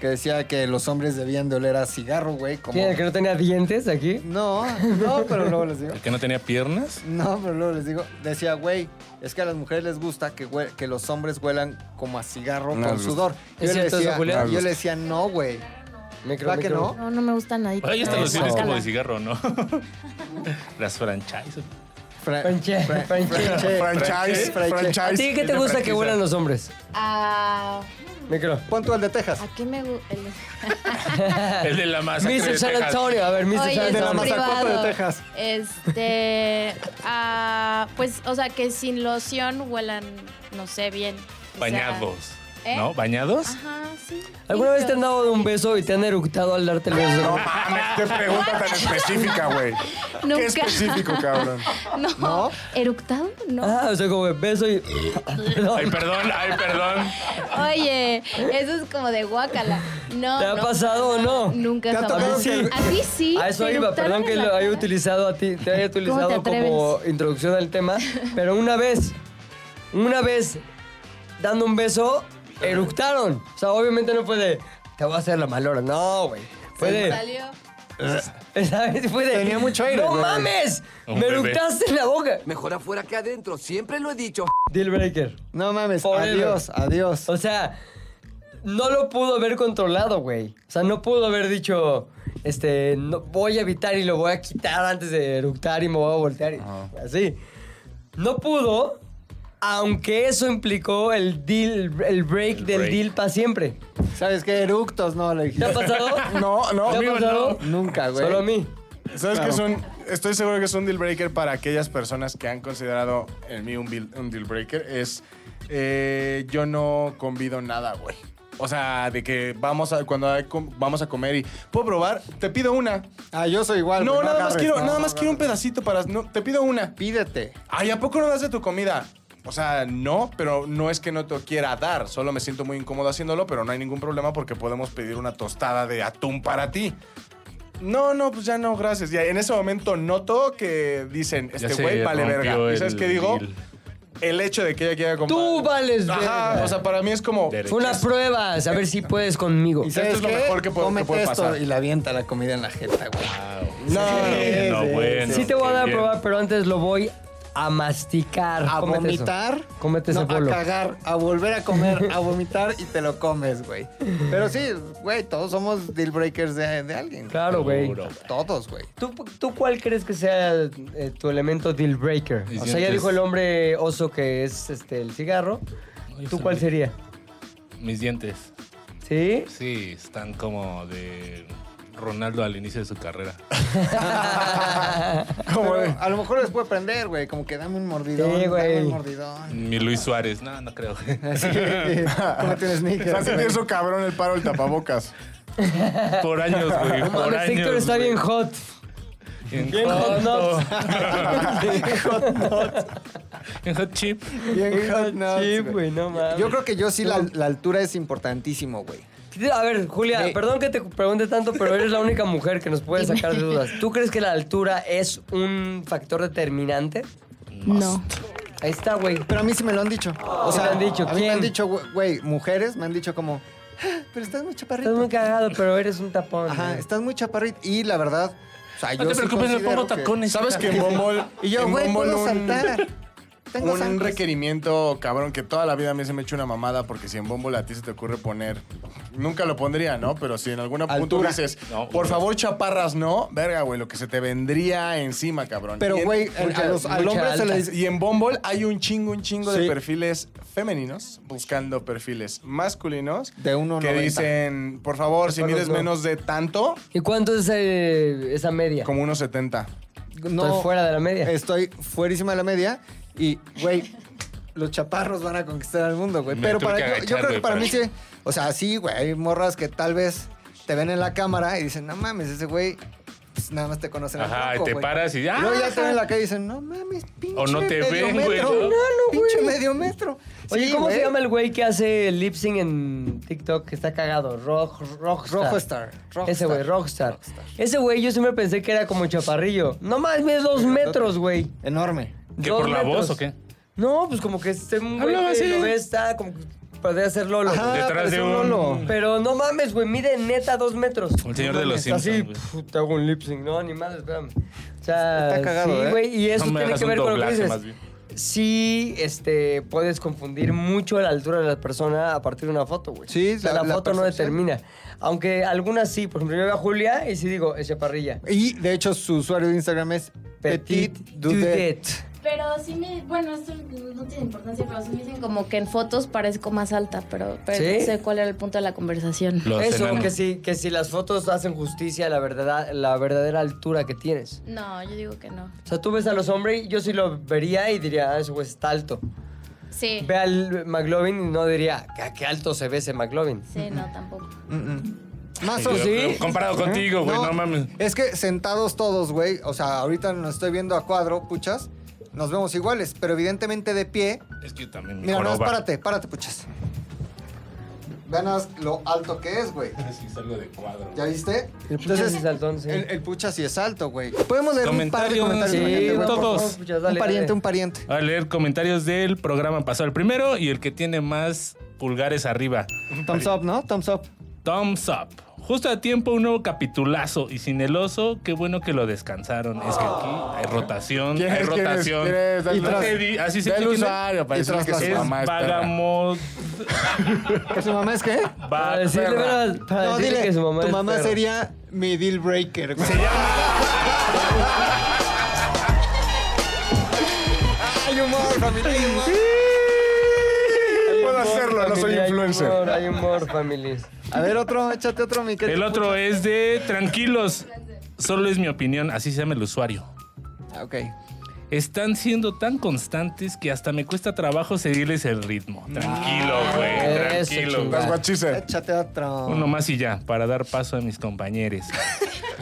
Speaker 2: que decía que los hombres debían de oler a cigarro, güey. Como...
Speaker 1: ¿Quién? ¿El que no tenía dientes aquí?
Speaker 2: No, no, pero luego les digo.
Speaker 5: ¿El que no tenía piernas?
Speaker 2: No, pero luego les digo. Decía, güey, es que a las mujeres les gusta que, hue- que los hombres huelan como a cigarro
Speaker 5: No
Speaker 2: con
Speaker 5: les gusta.
Speaker 2: sudor.
Speaker 5: ¿Es
Speaker 2: Yo le,
Speaker 5: cierto eso,
Speaker 2: decía,
Speaker 5: Julián? No les
Speaker 2: yo
Speaker 5: gusta.
Speaker 2: le decía, no, güey. ¿Verdad que no?
Speaker 9: No, no me gusta nadita.
Speaker 5: Ahí están los
Speaker 2: Eso.
Speaker 5: cines este como de cigarro, ¿no? Las franchises.
Speaker 1: Franche,
Speaker 5: Fra-
Speaker 1: franche.
Speaker 5: Franchise, franchise.
Speaker 1: ¿A ti qué te gusta que
Speaker 5: Franquicia.
Speaker 1: huelan los hombres?
Speaker 9: Ah,
Speaker 1: Micro.
Speaker 2: Pon tú el de Texas.
Speaker 9: ¿A qué me gusta?
Speaker 5: El de la masa.
Speaker 1: Mr. San Antonio. A ver, Mr.
Speaker 9: Oye,
Speaker 1: San
Speaker 9: es
Speaker 1: Antonio.
Speaker 9: un privado. Este, ah, pues, o sea, que sin loción huelan, no sé, bien. O sea,
Speaker 5: Bañados.
Speaker 9: ¿eh?
Speaker 5: ¿No? ¿Bañados?
Speaker 1: Ah.
Speaker 9: Ajá, sí.
Speaker 1: ¿Alguna vez te han dado de un beso y te han eructado al darte el beso? No
Speaker 4: mames, qué ah, pregunta tan específica, güey.
Speaker 9: Nunca.
Speaker 1: específico, cabrón.
Speaker 9: No.
Speaker 1: ¿No?
Speaker 9: ¿Eructado? No.
Speaker 1: Ah, o sea, como de beso y...
Speaker 5: Ay, perdón, ay, perdón.
Speaker 9: Oye, eso es como de guácala. No.
Speaker 1: Ah. ¿Te ha
Speaker 9: no,
Speaker 1: pasado o no?
Speaker 9: Nunca
Speaker 1: ¿Te ha
Speaker 9: jamás.
Speaker 1: tocado que-
Speaker 9: A ti sí.
Speaker 1: A eso
Speaker 9: te
Speaker 1: iba,
Speaker 9: eructaron
Speaker 1: perdón que
Speaker 9: en la
Speaker 1: lo haya
Speaker 9: cara.
Speaker 1: utilizado a ti, te haya utilizado como
Speaker 9: atreves?
Speaker 1: introducción al tema, pero una vez, una vez dando un beso, eructaron. O sea, obviamente no fue de, te voy a hacer la malora, no, güey. Fue
Speaker 9: Se
Speaker 1: de,
Speaker 9: salió.
Speaker 1: ¿sabes? Fue de,
Speaker 12: Tenía mucho aire,
Speaker 1: ¡No
Speaker 12: güey".
Speaker 1: mames!
Speaker 12: Un
Speaker 1: ¡Me
Speaker 12: bebé.
Speaker 1: eructaste en la boca!
Speaker 12: Mejor afuera que adentro, siempre lo he dicho.
Speaker 1: Deal breaker.
Speaker 2: No mames, adiós, adiós.
Speaker 1: O sea, no lo pudo haber controlado, güey. O sea, no pudo haber dicho, este, no, voy a evitar y lo voy a quitar antes de eructar y me voy a voltear. y- Así. No pudo, aunque eso implicó el deal, el break del
Speaker 2: break.
Speaker 1: deal para siempre.
Speaker 2: ¿Sabes qué? Eructos, no, le dije.
Speaker 1: ¿Te ha pasado?
Speaker 4: No, no.
Speaker 1: ¿Te ha
Speaker 4: Amigo,
Speaker 1: pasado?
Speaker 2: Nunca, güey.
Speaker 1: Solo a mí.
Speaker 4: ¿Sabes
Speaker 1: Claro.
Speaker 4: qué son? Estoy seguro que es un deal breaker para aquellas personas que han considerado en mí un, bil- un deal breaker. Es eh, yo no convido nada, güey. O sea, de que vamos a, cuando hay com- vamos a comer y puedo probar, te pido una.
Speaker 2: Ah, yo soy igual.
Speaker 4: No,
Speaker 2: güey,
Speaker 4: nada más
Speaker 2: agarres,
Speaker 4: quiero,
Speaker 2: no,
Speaker 4: nada
Speaker 2: no,
Speaker 4: más
Speaker 2: no.
Speaker 4: quiero un pedacito para. no, te pido una.
Speaker 2: Pídete.
Speaker 4: Ay, ¿a poco no das de tu comida? O sea, no, pero no es que no te quiera dar. Solo me siento muy incómodo haciéndolo, pero no hay ningún problema porque podemos pedir una tostada de atún para ti. No, no, pues ya no, gracias. Ya en ese momento noto que dicen,
Speaker 5: Ya
Speaker 4: este
Speaker 5: se
Speaker 4: güey vale
Speaker 5: rompió
Speaker 4: verga. ¿Y sabes
Speaker 5: el
Speaker 4: qué digo?
Speaker 5: deal.
Speaker 4: El hecho de que ella quiera comprar.
Speaker 1: Tú vales
Speaker 4: Ajá,
Speaker 1: verga.
Speaker 4: o sea, para mí es como.
Speaker 1: Fue una prueba, a ver si puedes conmigo.
Speaker 4: ¿Y sabes Esto es lo qué? mejor que puede- que
Speaker 2: Cómete
Speaker 4: puede
Speaker 2: esto
Speaker 4: pasar.
Speaker 2: Y la avienta la comida en la jeta, güey.
Speaker 4: No,
Speaker 2: Sí,
Speaker 5: no,
Speaker 2: sí,
Speaker 5: bueno.
Speaker 1: Sí te voy a dar a
Speaker 5: Qué bien.
Speaker 1: probar, pero antes lo voy a masticar.
Speaker 2: A
Speaker 1: Cómete Ah, eso.
Speaker 2: vomitar.
Speaker 1: Cómete
Speaker 2: no,
Speaker 1: ese bolo.
Speaker 2: a cagar, a volver a comer, a vomitar y te lo comes, güey. Pero sí, güey, todos somos deal breakers de, de alguien.
Speaker 1: Claro, güey.
Speaker 2: Seguro. Todos, güey.
Speaker 1: ¿Tú, ¿Tú cuál crees que sea eh, tu elemento deal breaker?
Speaker 5: Mis
Speaker 1: O sea, ya
Speaker 5: dientes.
Speaker 1: dijo el hombre oso que es este el cigarro. ¿Tú cuál sería?
Speaker 5: Mis dientes.
Speaker 1: ¿Sí?
Speaker 5: Sí, están como de Ronaldo al inicio de su carrera.
Speaker 2: Pero a lo mejor les puede prender, güey. Como que dame un mordidón.
Speaker 1: Sí, güey.
Speaker 2: Dame un mordidón.
Speaker 5: Mi Luis Suárez. No, no creo.
Speaker 2: Cómete un
Speaker 4: O sea,
Speaker 2: sneaker.
Speaker 4: hace
Speaker 2: güey.
Speaker 4: eso cabrón el paro el tapabocas.
Speaker 5: Por años, güey.
Speaker 1: No
Speaker 5: Por
Speaker 1: mames, Héctor
Speaker 5: años.
Speaker 1: está bien hot.
Speaker 5: Bien
Speaker 1: Bien hot
Speaker 5: no.
Speaker 1: nuts. Bien hot nuts.
Speaker 5: Bien hot chip.
Speaker 2: Bien hot nuts,
Speaker 1: Sí,
Speaker 2: güey.
Speaker 1: güey, no mames.
Speaker 2: Yo creo que yo sí la, la altura es importantísimo, güey.
Speaker 1: A ver, Julia,
Speaker 2: Sí.
Speaker 1: perdón que te pregunte tanto, pero eres la única mujer que nos puede sacar de dudas. ¿Tú crees que la altura es un factor determinante?
Speaker 9: No.
Speaker 1: Ahí está, güey.
Speaker 2: Pero a mí sí me lo han dicho. O
Speaker 1: ¿Qué
Speaker 2: sea,
Speaker 1: te han dicho?
Speaker 2: a mí me han
Speaker 1: ¿Quién?
Speaker 2: dicho, güey, güey, mujeres me han dicho como, "Ah, pero estás muy chaparrito.
Speaker 1: Estás muy cagado, pero eres un tapón. eh.
Speaker 2: Ajá,
Speaker 1: güey.
Speaker 2: estás muy chaparrito. Y la verdad, o sea,
Speaker 5: No
Speaker 2: yo
Speaker 5: te
Speaker 2: sí
Speaker 5: preocupes, me
Speaker 2: considero
Speaker 5: pongo tacones.
Speaker 4: ¿Sabes que en Bombol.
Speaker 2: Y yo,
Speaker 4: en
Speaker 2: güey,
Speaker 4: Bombol
Speaker 2: puedo
Speaker 4: un-
Speaker 2: saltar. Tengo
Speaker 4: un
Speaker 2: zancos.
Speaker 4: requerimiento, cabrón, que toda la vida a mí se me echa una mamada, porque si en Bumble a ti se te ocurre poner. Nunca lo pondría, ¿no? Pero si en algún punto
Speaker 2: Altura.
Speaker 4: dices,
Speaker 5: No,
Speaker 4: por
Speaker 5: güey.
Speaker 4: favor, chaparras, no, verga, güey, lo que se te vendría encima, cabrón.
Speaker 2: Pero,
Speaker 4: Y en-
Speaker 2: güey, a-
Speaker 4: mucha-
Speaker 2: a los- al
Speaker 4: mucha
Speaker 2: hombre se
Speaker 4: alta.
Speaker 2: les-
Speaker 4: Y en Bumble hay un chingo, un chingo
Speaker 2: Sí.
Speaker 4: de perfiles femeninos buscando perfiles masculinos
Speaker 2: De uno
Speaker 4: que dicen, por favor, si
Speaker 1: Chaparros
Speaker 4: mides
Speaker 1: no.
Speaker 4: menos de tanto,
Speaker 1: ¿Y cuánto es eh, esa media?
Speaker 4: como unos 70.
Speaker 1: Estoy
Speaker 2: No,
Speaker 1: fuera de la media.
Speaker 2: estoy fuerísima de la media. Y, güey, los chaparros van a conquistar al mundo, güey.
Speaker 5: Me
Speaker 2: Pero
Speaker 5: tuve
Speaker 2: para,
Speaker 5: que
Speaker 2: yo- yo,
Speaker 5: agachar,
Speaker 2: creo que
Speaker 5: güey,
Speaker 2: para
Speaker 5: para-
Speaker 2: mí sí. O sea, sí, güey, hay morras que tal vez te ven en la cámara y dicen, no mames, ese güey. Pues nada más te conocen al
Speaker 5: Ajá, y
Speaker 2: flaco,
Speaker 5: te
Speaker 2: güey".
Speaker 5: paras y ya.
Speaker 2: Y luego ya te ven en la calle y dicen, no mames, pinche.
Speaker 5: O no te
Speaker 2: medio
Speaker 5: ven, güey,
Speaker 2: metro,
Speaker 5: ¿no?
Speaker 2: Pinche medio metro.
Speaker 1: Oye,
Speaker 2: Sí,
Speaker 1: ¿cómo
Speaker 2: güey.
Speaker 1: se llama el güey que hace lip sync en TikTok que está cagado? Rock, rockstar.
Speaker 2: Rockstar, Rockstar.
Speaker 1: Ese güey, rockstar. Ese güey yo siempre pensé que era como chaparrillo. No más, mide dos metros, güey.
Speaker 2: Enorme.
Speaker 5: ¿Qué,
Speaker 1: Dos
Speaker 5: por la
Speaker 1: metros.
Speaker 5: voz o qué?
Speaker 1: No, pues como que este un güey
Speaker 5: Hablaba
Speaker 1: que
Speaker 5: así.
Speaker 1: lo ves, está como que Podría ser Lolo.
Speaker 5: Ajá, Detrás parece de un un- Lolo.
Speaker 1: Pero no mames, güey, mide neta dos metros.
Speaker 5: El señor
Speaker 1: Mm. No
Speaker 5: de los
Speaker 1: mames, Así,
Speaker 5: Simpsons,
Speaker 1: pf, te hago un lip sync. No, ni madre, espérame. O sea,
Speaker 2: Está cagado,
Speaker 1: sí,
Speaker 2: ¿eh?
Speaker 1: güey, y eso
Speaker 5: No me
Speaker 1: tiene
Speaker 5: hagas
Speaker 1: que
Speaker 5: un
Speaker 1: ver con lo que
Speaker 5: doblaje,
Speaker 1: dices.
Speaker 5: más bien.
Speaker 1: Sí, este, puedes confundir mucho la altura de la persona a partir de una foto, güey.
Speaker 2: Sí,
Speaker 1: O sea,
Speaker 2: la-
Speaker 1: la,
Speaker 2: la
Speaker 1: foto no
Speaker 2: percepción.
Speaker 1: determina. Aunque algunas sí. Por ejemplo, yo veo a Julia y sí digo, es chaparrilla.
Speaker 2: Y de hecho, su usuario de Instagram es Petit, Dudet.
Speaker 9: Pero sí me, bueno, esto no tiene importancia, pero sí me dicen como que en fotos parezco más alta, pero, pero
Speaker 1: ¿Sí?
Speaker 9: no sé cuál era el punto de la conversación.
Speaker 1: Eso, que si, que si las fotos hacen justicia a la, verdad, la verdadera altura que tienes.
Speaker 9: No, yo digo que no.
Speaker 1: O sea, tú ves a los hombres, yo sí lo vería y diría, ah, ese güey está alto.
Speaker 9: Sí.
Speaker 1: Ve al McLovin y no diría, ¿a qué alto se ve ese McLovin?
Speaker 9: Sí, no, tampoco.
Speaker 2: Más
Speaker 1: Sí,
Speaker 2: o
Speaker 1: yo creo,
Speaker 2: Mm, Ah, sí.
Speaker 1: comparado contigo, güey, no mames.
Speaker 2: Es que sentados todos, güey. O sea, ahorita nos estoy viendo a cuadro, puchas. Nos vemos iguales, pero evidentemente de pie.
Speaker 5: Es que yo también me
Speaker 2: Mira, no,
Speaker 5: joroba.
Speaker 2: párate, párate, puchas. Vean nada más lo alto que es, güey.
Speaker 5: Sí, salgo de cuadro.
Speaker 2: ¿Ya viste?
Speaker 1: El pucha sí es alto, sí.
Speaker 2: el, el pucha sí es alto, güey. Podemos leer un par de
Speaker 5: Comentarios.
Speaker 2: comentarios.
Speaker 5: Sí,
Speaker 2: de la gente, güey, por
Speaker 5: todos.
Speaker 2: favor?
Speaker 1: Puchas, dale,
Speaker 2: un pariente,
Speaker 1: dale.
Speaker 2: un pariente.
Speaker 5: A leer comentarios del programa pasado. El primero y el que tiene más pulgares arriba.
Speaker 2: Thumbs up, ¿no? Thumbs up.
Speaker 5: Thumbs up. Justo a tiempo, un nuevo capitulazo. Y sin el oso, qué bueno que lo descansaron. Es que aquí hay rotación,
Speaker 4: ¿Quién
Speaker 5: hay
Speaker 4: es? ¿Quién es?
Speaker 5: rotación.
Speaker 4: ¿Quién es? Dale,
Speaker 5: Y tras-
Speaker 4: dale.
Speaker 5: Teddy, así se
Speaker 4: Dale
Speaker 5: dice,
Speaker 4: usuario,
Speaker 5: ¿quién es?
Speaker 4: parece que su
Speaker 5: Es
Speaker 4: pues, mamá es perra.
Speaker 5: Vagamod.
Speaker 2: ¿Que su mamá es qué?
Speaker 5: Va-
Speaker 1: decirle,
Speaker 5: perra.
Speaker 1: mira, para
Speaker 2: no,
Speaker 1: decirle
Speaker 2: dile,
Speaker 1: que su mamá
Speaker 2: tu
Speaker 1: es
Speaker 2: mamá
Speaker 1: perra.
Speaker 2: sería mi deal breaker, güey. Hay humor, familia, hay humor.
Speaker 4: Puedo hacerlo, no soy
Speaker 1: Familia,
Speaker 4: influencer.
Speaker 1: Hay humor, hay humor, families.
Speaker 2: A ver, otro, échate otro, mi querido.
Speaker 5: El otro es de Tranquilos. Solo es mi opinión, así se llama el usuario.
Speaker 2: Ah, Ok.
Speaker 5: Están siendo tan constantes que hasta me cuesta trabajo seguirles el ritmo.
Speaker 2: Ah,
Speaker 5: Tranquilo, güey.
Speaker 1: Eso,
Speaker 5: Tranquilo.
Speaker 1: chingada.
Speaker 4: Las guachices.
Speaker 2: Échate otro.
Speaker 5: Uno más y ya, para dar paso a mis compañeros.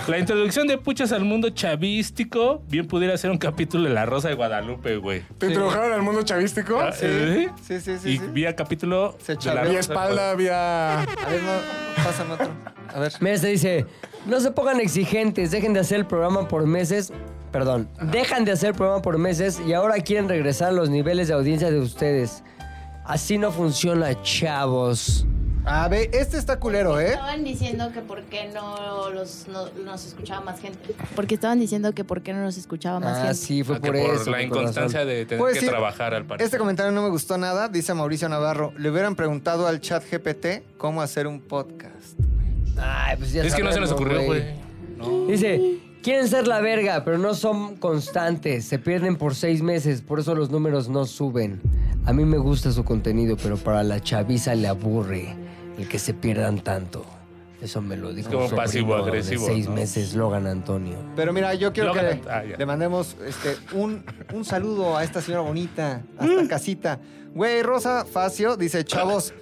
Speaker 5: La introducción de Puchas al mundo chavístico bien pudiera ser un capítulo de La Rosa de Guadalupe, güey.
Speaker 4: ¿Te introdujeron al mundo chavístico?
Speaker 5: Ah, ¿eh?
Speaker 2: Sí, sí, sí.
Speaker 5: Y
Speaker 2: sí.
Speaker 5: vía capítulo
Speaker 2: Se
Speaker 5: de La
Speaker 2: chavió.
Speaker 4: Vía
Speaker 5: Rosa de Guadalupe.
Speaker 4: espalda, vía...
Speaker 2: A ver, no, pásame otro. A ver.
Speaker 1: Mira, este dice, no se pongan exigentes, dejen de hacer el programa por meses. Perdón, dejan de hacer el programa por meses y ahora quieren regresar a los niveles de audiencia de ustedes. Así no funciona, chavos.
Speaker 2: A ver, este está culero, ¿eh?
Speaker 9: Estaban diciendo que por qué no los no, nos escuchaba más gente. Porque estaban diciendo que por qué no nos escuchaba más
Speaker 1: Ah,
Speaker 9: gente.
Speaker 1: sí, fue
Speaker 5: Ah, que
Speaker 1: por, eso.
Speaker 5: la
Speaker 1: mi corazón.
Speaker 5: inconstancia de tener
Speaker 2: Puedo
Speaker 5: que
Speaker 2: decir,
Speaker 5: trabajar al parecer.
Speaker 2: Pues Este comentario no me gustó nada, dice Mauricio Navarro. Le hubieran preguntado al chat GPT cómo hacer un podcast.
Speaker 1: Ay, pues ya
Speaker 5: es que no se
Speaker 1: sabemos,
Speaker 5: nos ocurrió, güey. No.
Speaker 1: Dice, quieren ser la verga, pero no son constantes. Se pierden por seis meses, por eso los números no suben. A mí me gusta su contenido, pero para la chaviza le aburre el que se pierdan tanto. Eso me lo dijo
Speaker 5: Es como
Speaker 1: un sobrino
Speaker 5: pasivo-agresivo,
Speaker 1: de seis
Speaker 5: ¿no?
Speaker 1: meses, Logan Antonio.
Speaker 2: Pero mira, yo
Speaker 5: Lo
Speaker 2: quiero que
Speaker 5: que-
Speaker 2: le,
Speaker 5: ah, ya.
Speaker 2: le mandemos este, un, un saludo a esta señora bonita,
Speaker 5: Mm.
Speaker 2: hasta casita. Güey, Rosa Facio dice, chavos,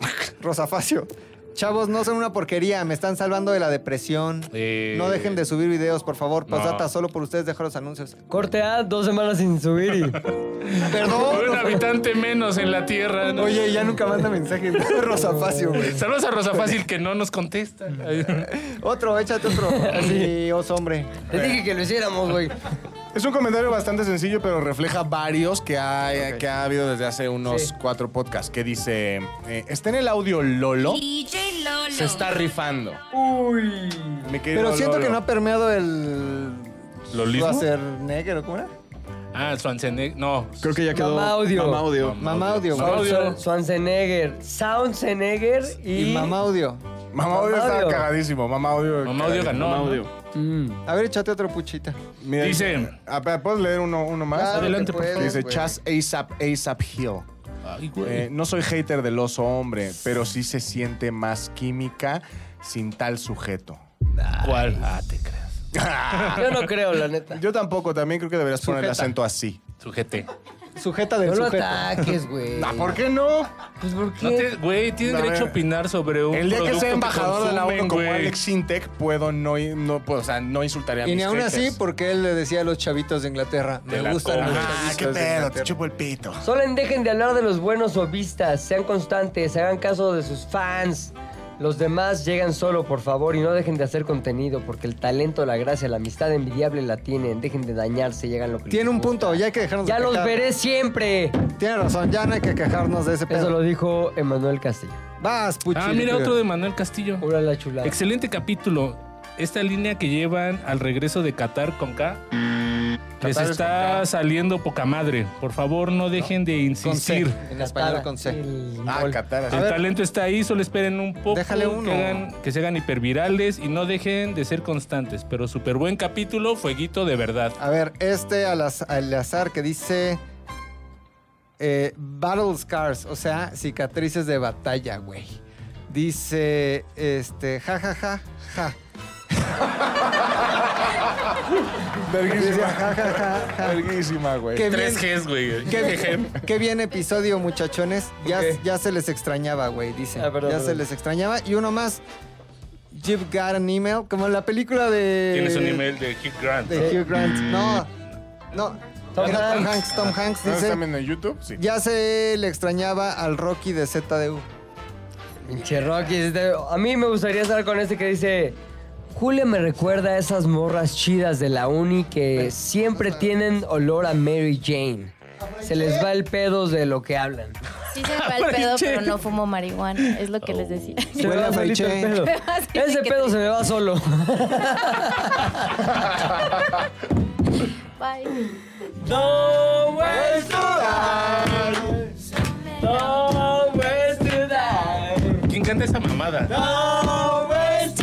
Speaker 2: Rosa Facio, chavos, no son una porquería, me están salvando de la depresión.
Speaker 5: Eh.
Speaker 2: No dejen de subir videos, por favor.
Speaker 5: No.
Speaker 2: Postdata, solo por ustedes dejo los anuncios.
Speaker 1: Corte A, dos semanas sin subir y...
Speaker 2: Perdón.
Speaker 5: Un habitante menos en la Tierra. ¿no?
Speaker 2: Oye, ya nunca manda mensajes. Rosa Facio, güey.
Speaker 5: Saludos a Rosa Fácil que no nos contesta.
Speaker 2: Otro, échate otro. Sí, oso hombre.
Speaker 1: Te dije que lo hiciéramos, güey.
Speaker 4: Es un comentario bastante sencillo, pero refleja varios que, hay,
Speaker 2: Ok.
Speaker 4: que ha habido desde hace unos cuatro podcasts. Que dice: eh, Está en el audio Lolo.
Speaker 6: DJ Lolo.
Speaker 4: Se está rifando.
Speaker 1: Uy.
Speaker 4: Mi querido
Speaker 2: Pero siento
Speaker 4: Lolo.
Speaker 2: que no ha permeado el...
Speaker 5: ¿Lolismo?
Speaker 2: Schwarzenegger, ¿o ¿cómo era?
Speaker 5: Ah, Schwarzenegger. No.
Speaker 3: Creo que ya quedó.
Speaker 1: Mamá audio.
Speaker 3: Mamá audio.
Speaker 2: Mamá audio,
Speaker 5: Mamá
Speaker 2: güey.
Speaker 5: audio.
Speaker 1: Schwarzenegger, Soundsenegger y...
Speaker 2: Y mamá audio.
Speaker 4: Mamá Audio
Speaker 1: Mamá
Speaker 4: estaba
Speaker 1: Audio.
Speaker 4: cagadísimo. Mamá Audio.
Speaker 5: Mamá
Speaker 4: cagadísimo.
Speaker 5: Audio ganó.
Speaker 3: Mamá
Speaker 5: ¿no?
Speaker 3: audio.
Speaker 1: Mm.
Speaker 2: A ver, échate otro puchita.
Speaker 4: Mira,
Speaker 5: Dice-
Speaker 4: a ver, ¿Puedes leer uno, uno más?
Speaker 2: Claro
Speaker 5: Adelante,
Speaker 2: que
Speaker 5: por favor.
Speaker 2: puedes,
Speaker 4: Dice
Speaker 2: güey.
Speaker 4: Chas ASAP ASAP Hill.
Speaker 5: Ay, güey.
Speaker 4: Eh, no soy hater del oso hombre, pero sí se siente más química sin tal sujeto.
Speaker 5: ¿Cuál? Ah, te creas.
Speaker 1: Yo no creo, la neta.
Speaker 4: Yo tampoco, también creo que deberías poner el
Speaker 2: Sujeta.
Speaker 4: acento así.
Speaker 5: Sujete.
Speaker 2: Sujeta
Speaker 1: No
Speaker 2: del
Speaker 1: lo
Speaker 2: sujeto.
Speaker 1: ataques, güey.
Speaker 4: Ah, ¿Por qué no?
Speaker 1: Pues, ¿por qué?
Speaker 5: No te- Güey, tienen
Speaker 4: A
Speaker 5: derecho
Speaker 4: ver.
Speaker 5: a opinar sobre un
Speaker 4: El día que
Speaker 5: producto
Speaker 4: sea embajador de la
Speaker 5: consumen,
Speaker 4: ONU como
Speaker 5: güey.
Speaker 4: Alex Sintek, puedo no, ir- no, puedo, o sea, no insultaría a
Speaker 2: Y
Speaker 4: mis
Speaker 2: ni aún así,
Speaker 4: haters.
Speaker 2: porque él le decía a los chavitos de Inglaterra,
Speaker 5: Te
Speaker 2: me
Speaker 5: la
Speaker 2: gustan
Speaker 5: como.
Speaker 2: los
Speaker 4: Ah,
Speaker 2: chavitos
Speaker 4: qué
Speaker 2: de
Speaker 4: pedo, te
Speaker 2: Inglaterra".
Speaker 4: chupo el pito.
Speaker 1: Solo en dejen de hablar de los buenos obistas, sean constantes, hagan caso de sus fans. Los demás llegan solo, por favor, y no dejen de hacer contenido, porque el talento, la gracia, la amistad envidiable la tienen. Dejen de dañarse, llegan lo que
Speaker 2: Tiene un punto, ya hay que dejarnos
Speaker 1: Ya
Speaker 2: de
Speaker 1: los
Speaker 2: quejar.
Speaker 1: veré siempre.
Speaker 2: Tiene razón, ya no hay que quejarnos de ese pedo.
Speaker 1: Eso lo dijo Emanuel Castillo.
Speaker 2: Vas, Puchi.
Speaker 5: Ah, mira otro de Manuel Castillo.
Speaker 1: la chulada.
Speaker 5: Excelente capítulo. Esta línea que llevan al regreso de Qatar con K.
Speaker 4: Mm,
Speaker 5: Les
Speaker 1: Qatar es con
Speaker 5: está saliendo poca madre. Por favor, no dejen de insistir.
Speaker 2: En español con C.
Speaker 4: Ah, Qatar.
Speaker 5: El talento está ahí, solo esperen un poco.
Speaker 2: Déjale uno.
Speaker 5: Que, hagan- que se hagan hipervirales y no dejen de ser constantes. Pero súper buen capítulo, fueguito de verdad.
Speaker 2: A ver, este al, az- al azar que dice eh, Battle Scars, o sea, cicatrices de batalla, güey. Dice, este, ja, ja, ja, ja. Dice, ja, ja, ja, ja.
Speaker 4: Verguísima, güey.
Speaker 2: Qué
Speaker 5: Tres
Speaker 2: bien.
Speaker 5: Gs, güey.
Speaker 2: Qué bien, qué bien episodio, muchachones. Ya, ya se les extrañaba, güey, dice.
Speaker 1: Ah, perdón,
Speaker 2: ya se
Speaker 1: perdón.
Speaker 2: les extrañaba. Y uno más, You've Got an Email, como en la película de...
Speaker 5: Tienes un email de Hugh Grant.
Speaker 2: De Hugh Grant. No, no.
Speaker 1: Tom
Speaker 2: Era Tom
Speaker 1: Hanks.
Speaker 2: Hanks, Tom Hanks
Speaker 4: ¿No
Speaker 2: dice.
Speaker 4: están viendo en YouTube? Sí.
Speaker 2: Ya se le extrañaba al Rocky de ZDU.
Speaker 1: Pinche Rocky, este- a mí me gustaría estar con este que dice... Julia me recuerda a esas morras chidas de la uni que siempre tienen olor a Mary Jane. Se les va el pedo de lo que hablan.
Speaker 9: Sí se me va el pedo, pero no fumo marihuana. Es lo que les decía.
Speaker 1: Se me va
Speaker 2: Mary
Speaker 1: solito el
Speaker 2: Jane.
Speaker 1: pedo.
Speaker 9: Así de
Speaker 1: Ese
Speaker 9: que
Speaker 1: pedo
Speaker 9: te-
Speaker 1: se me va solo.
Speaker 9: Bye.
Speaker 1: No ways to die. No ways to die.
Speaker 5: ¿Quién canta esa mamada?
Speaker 1: No ways to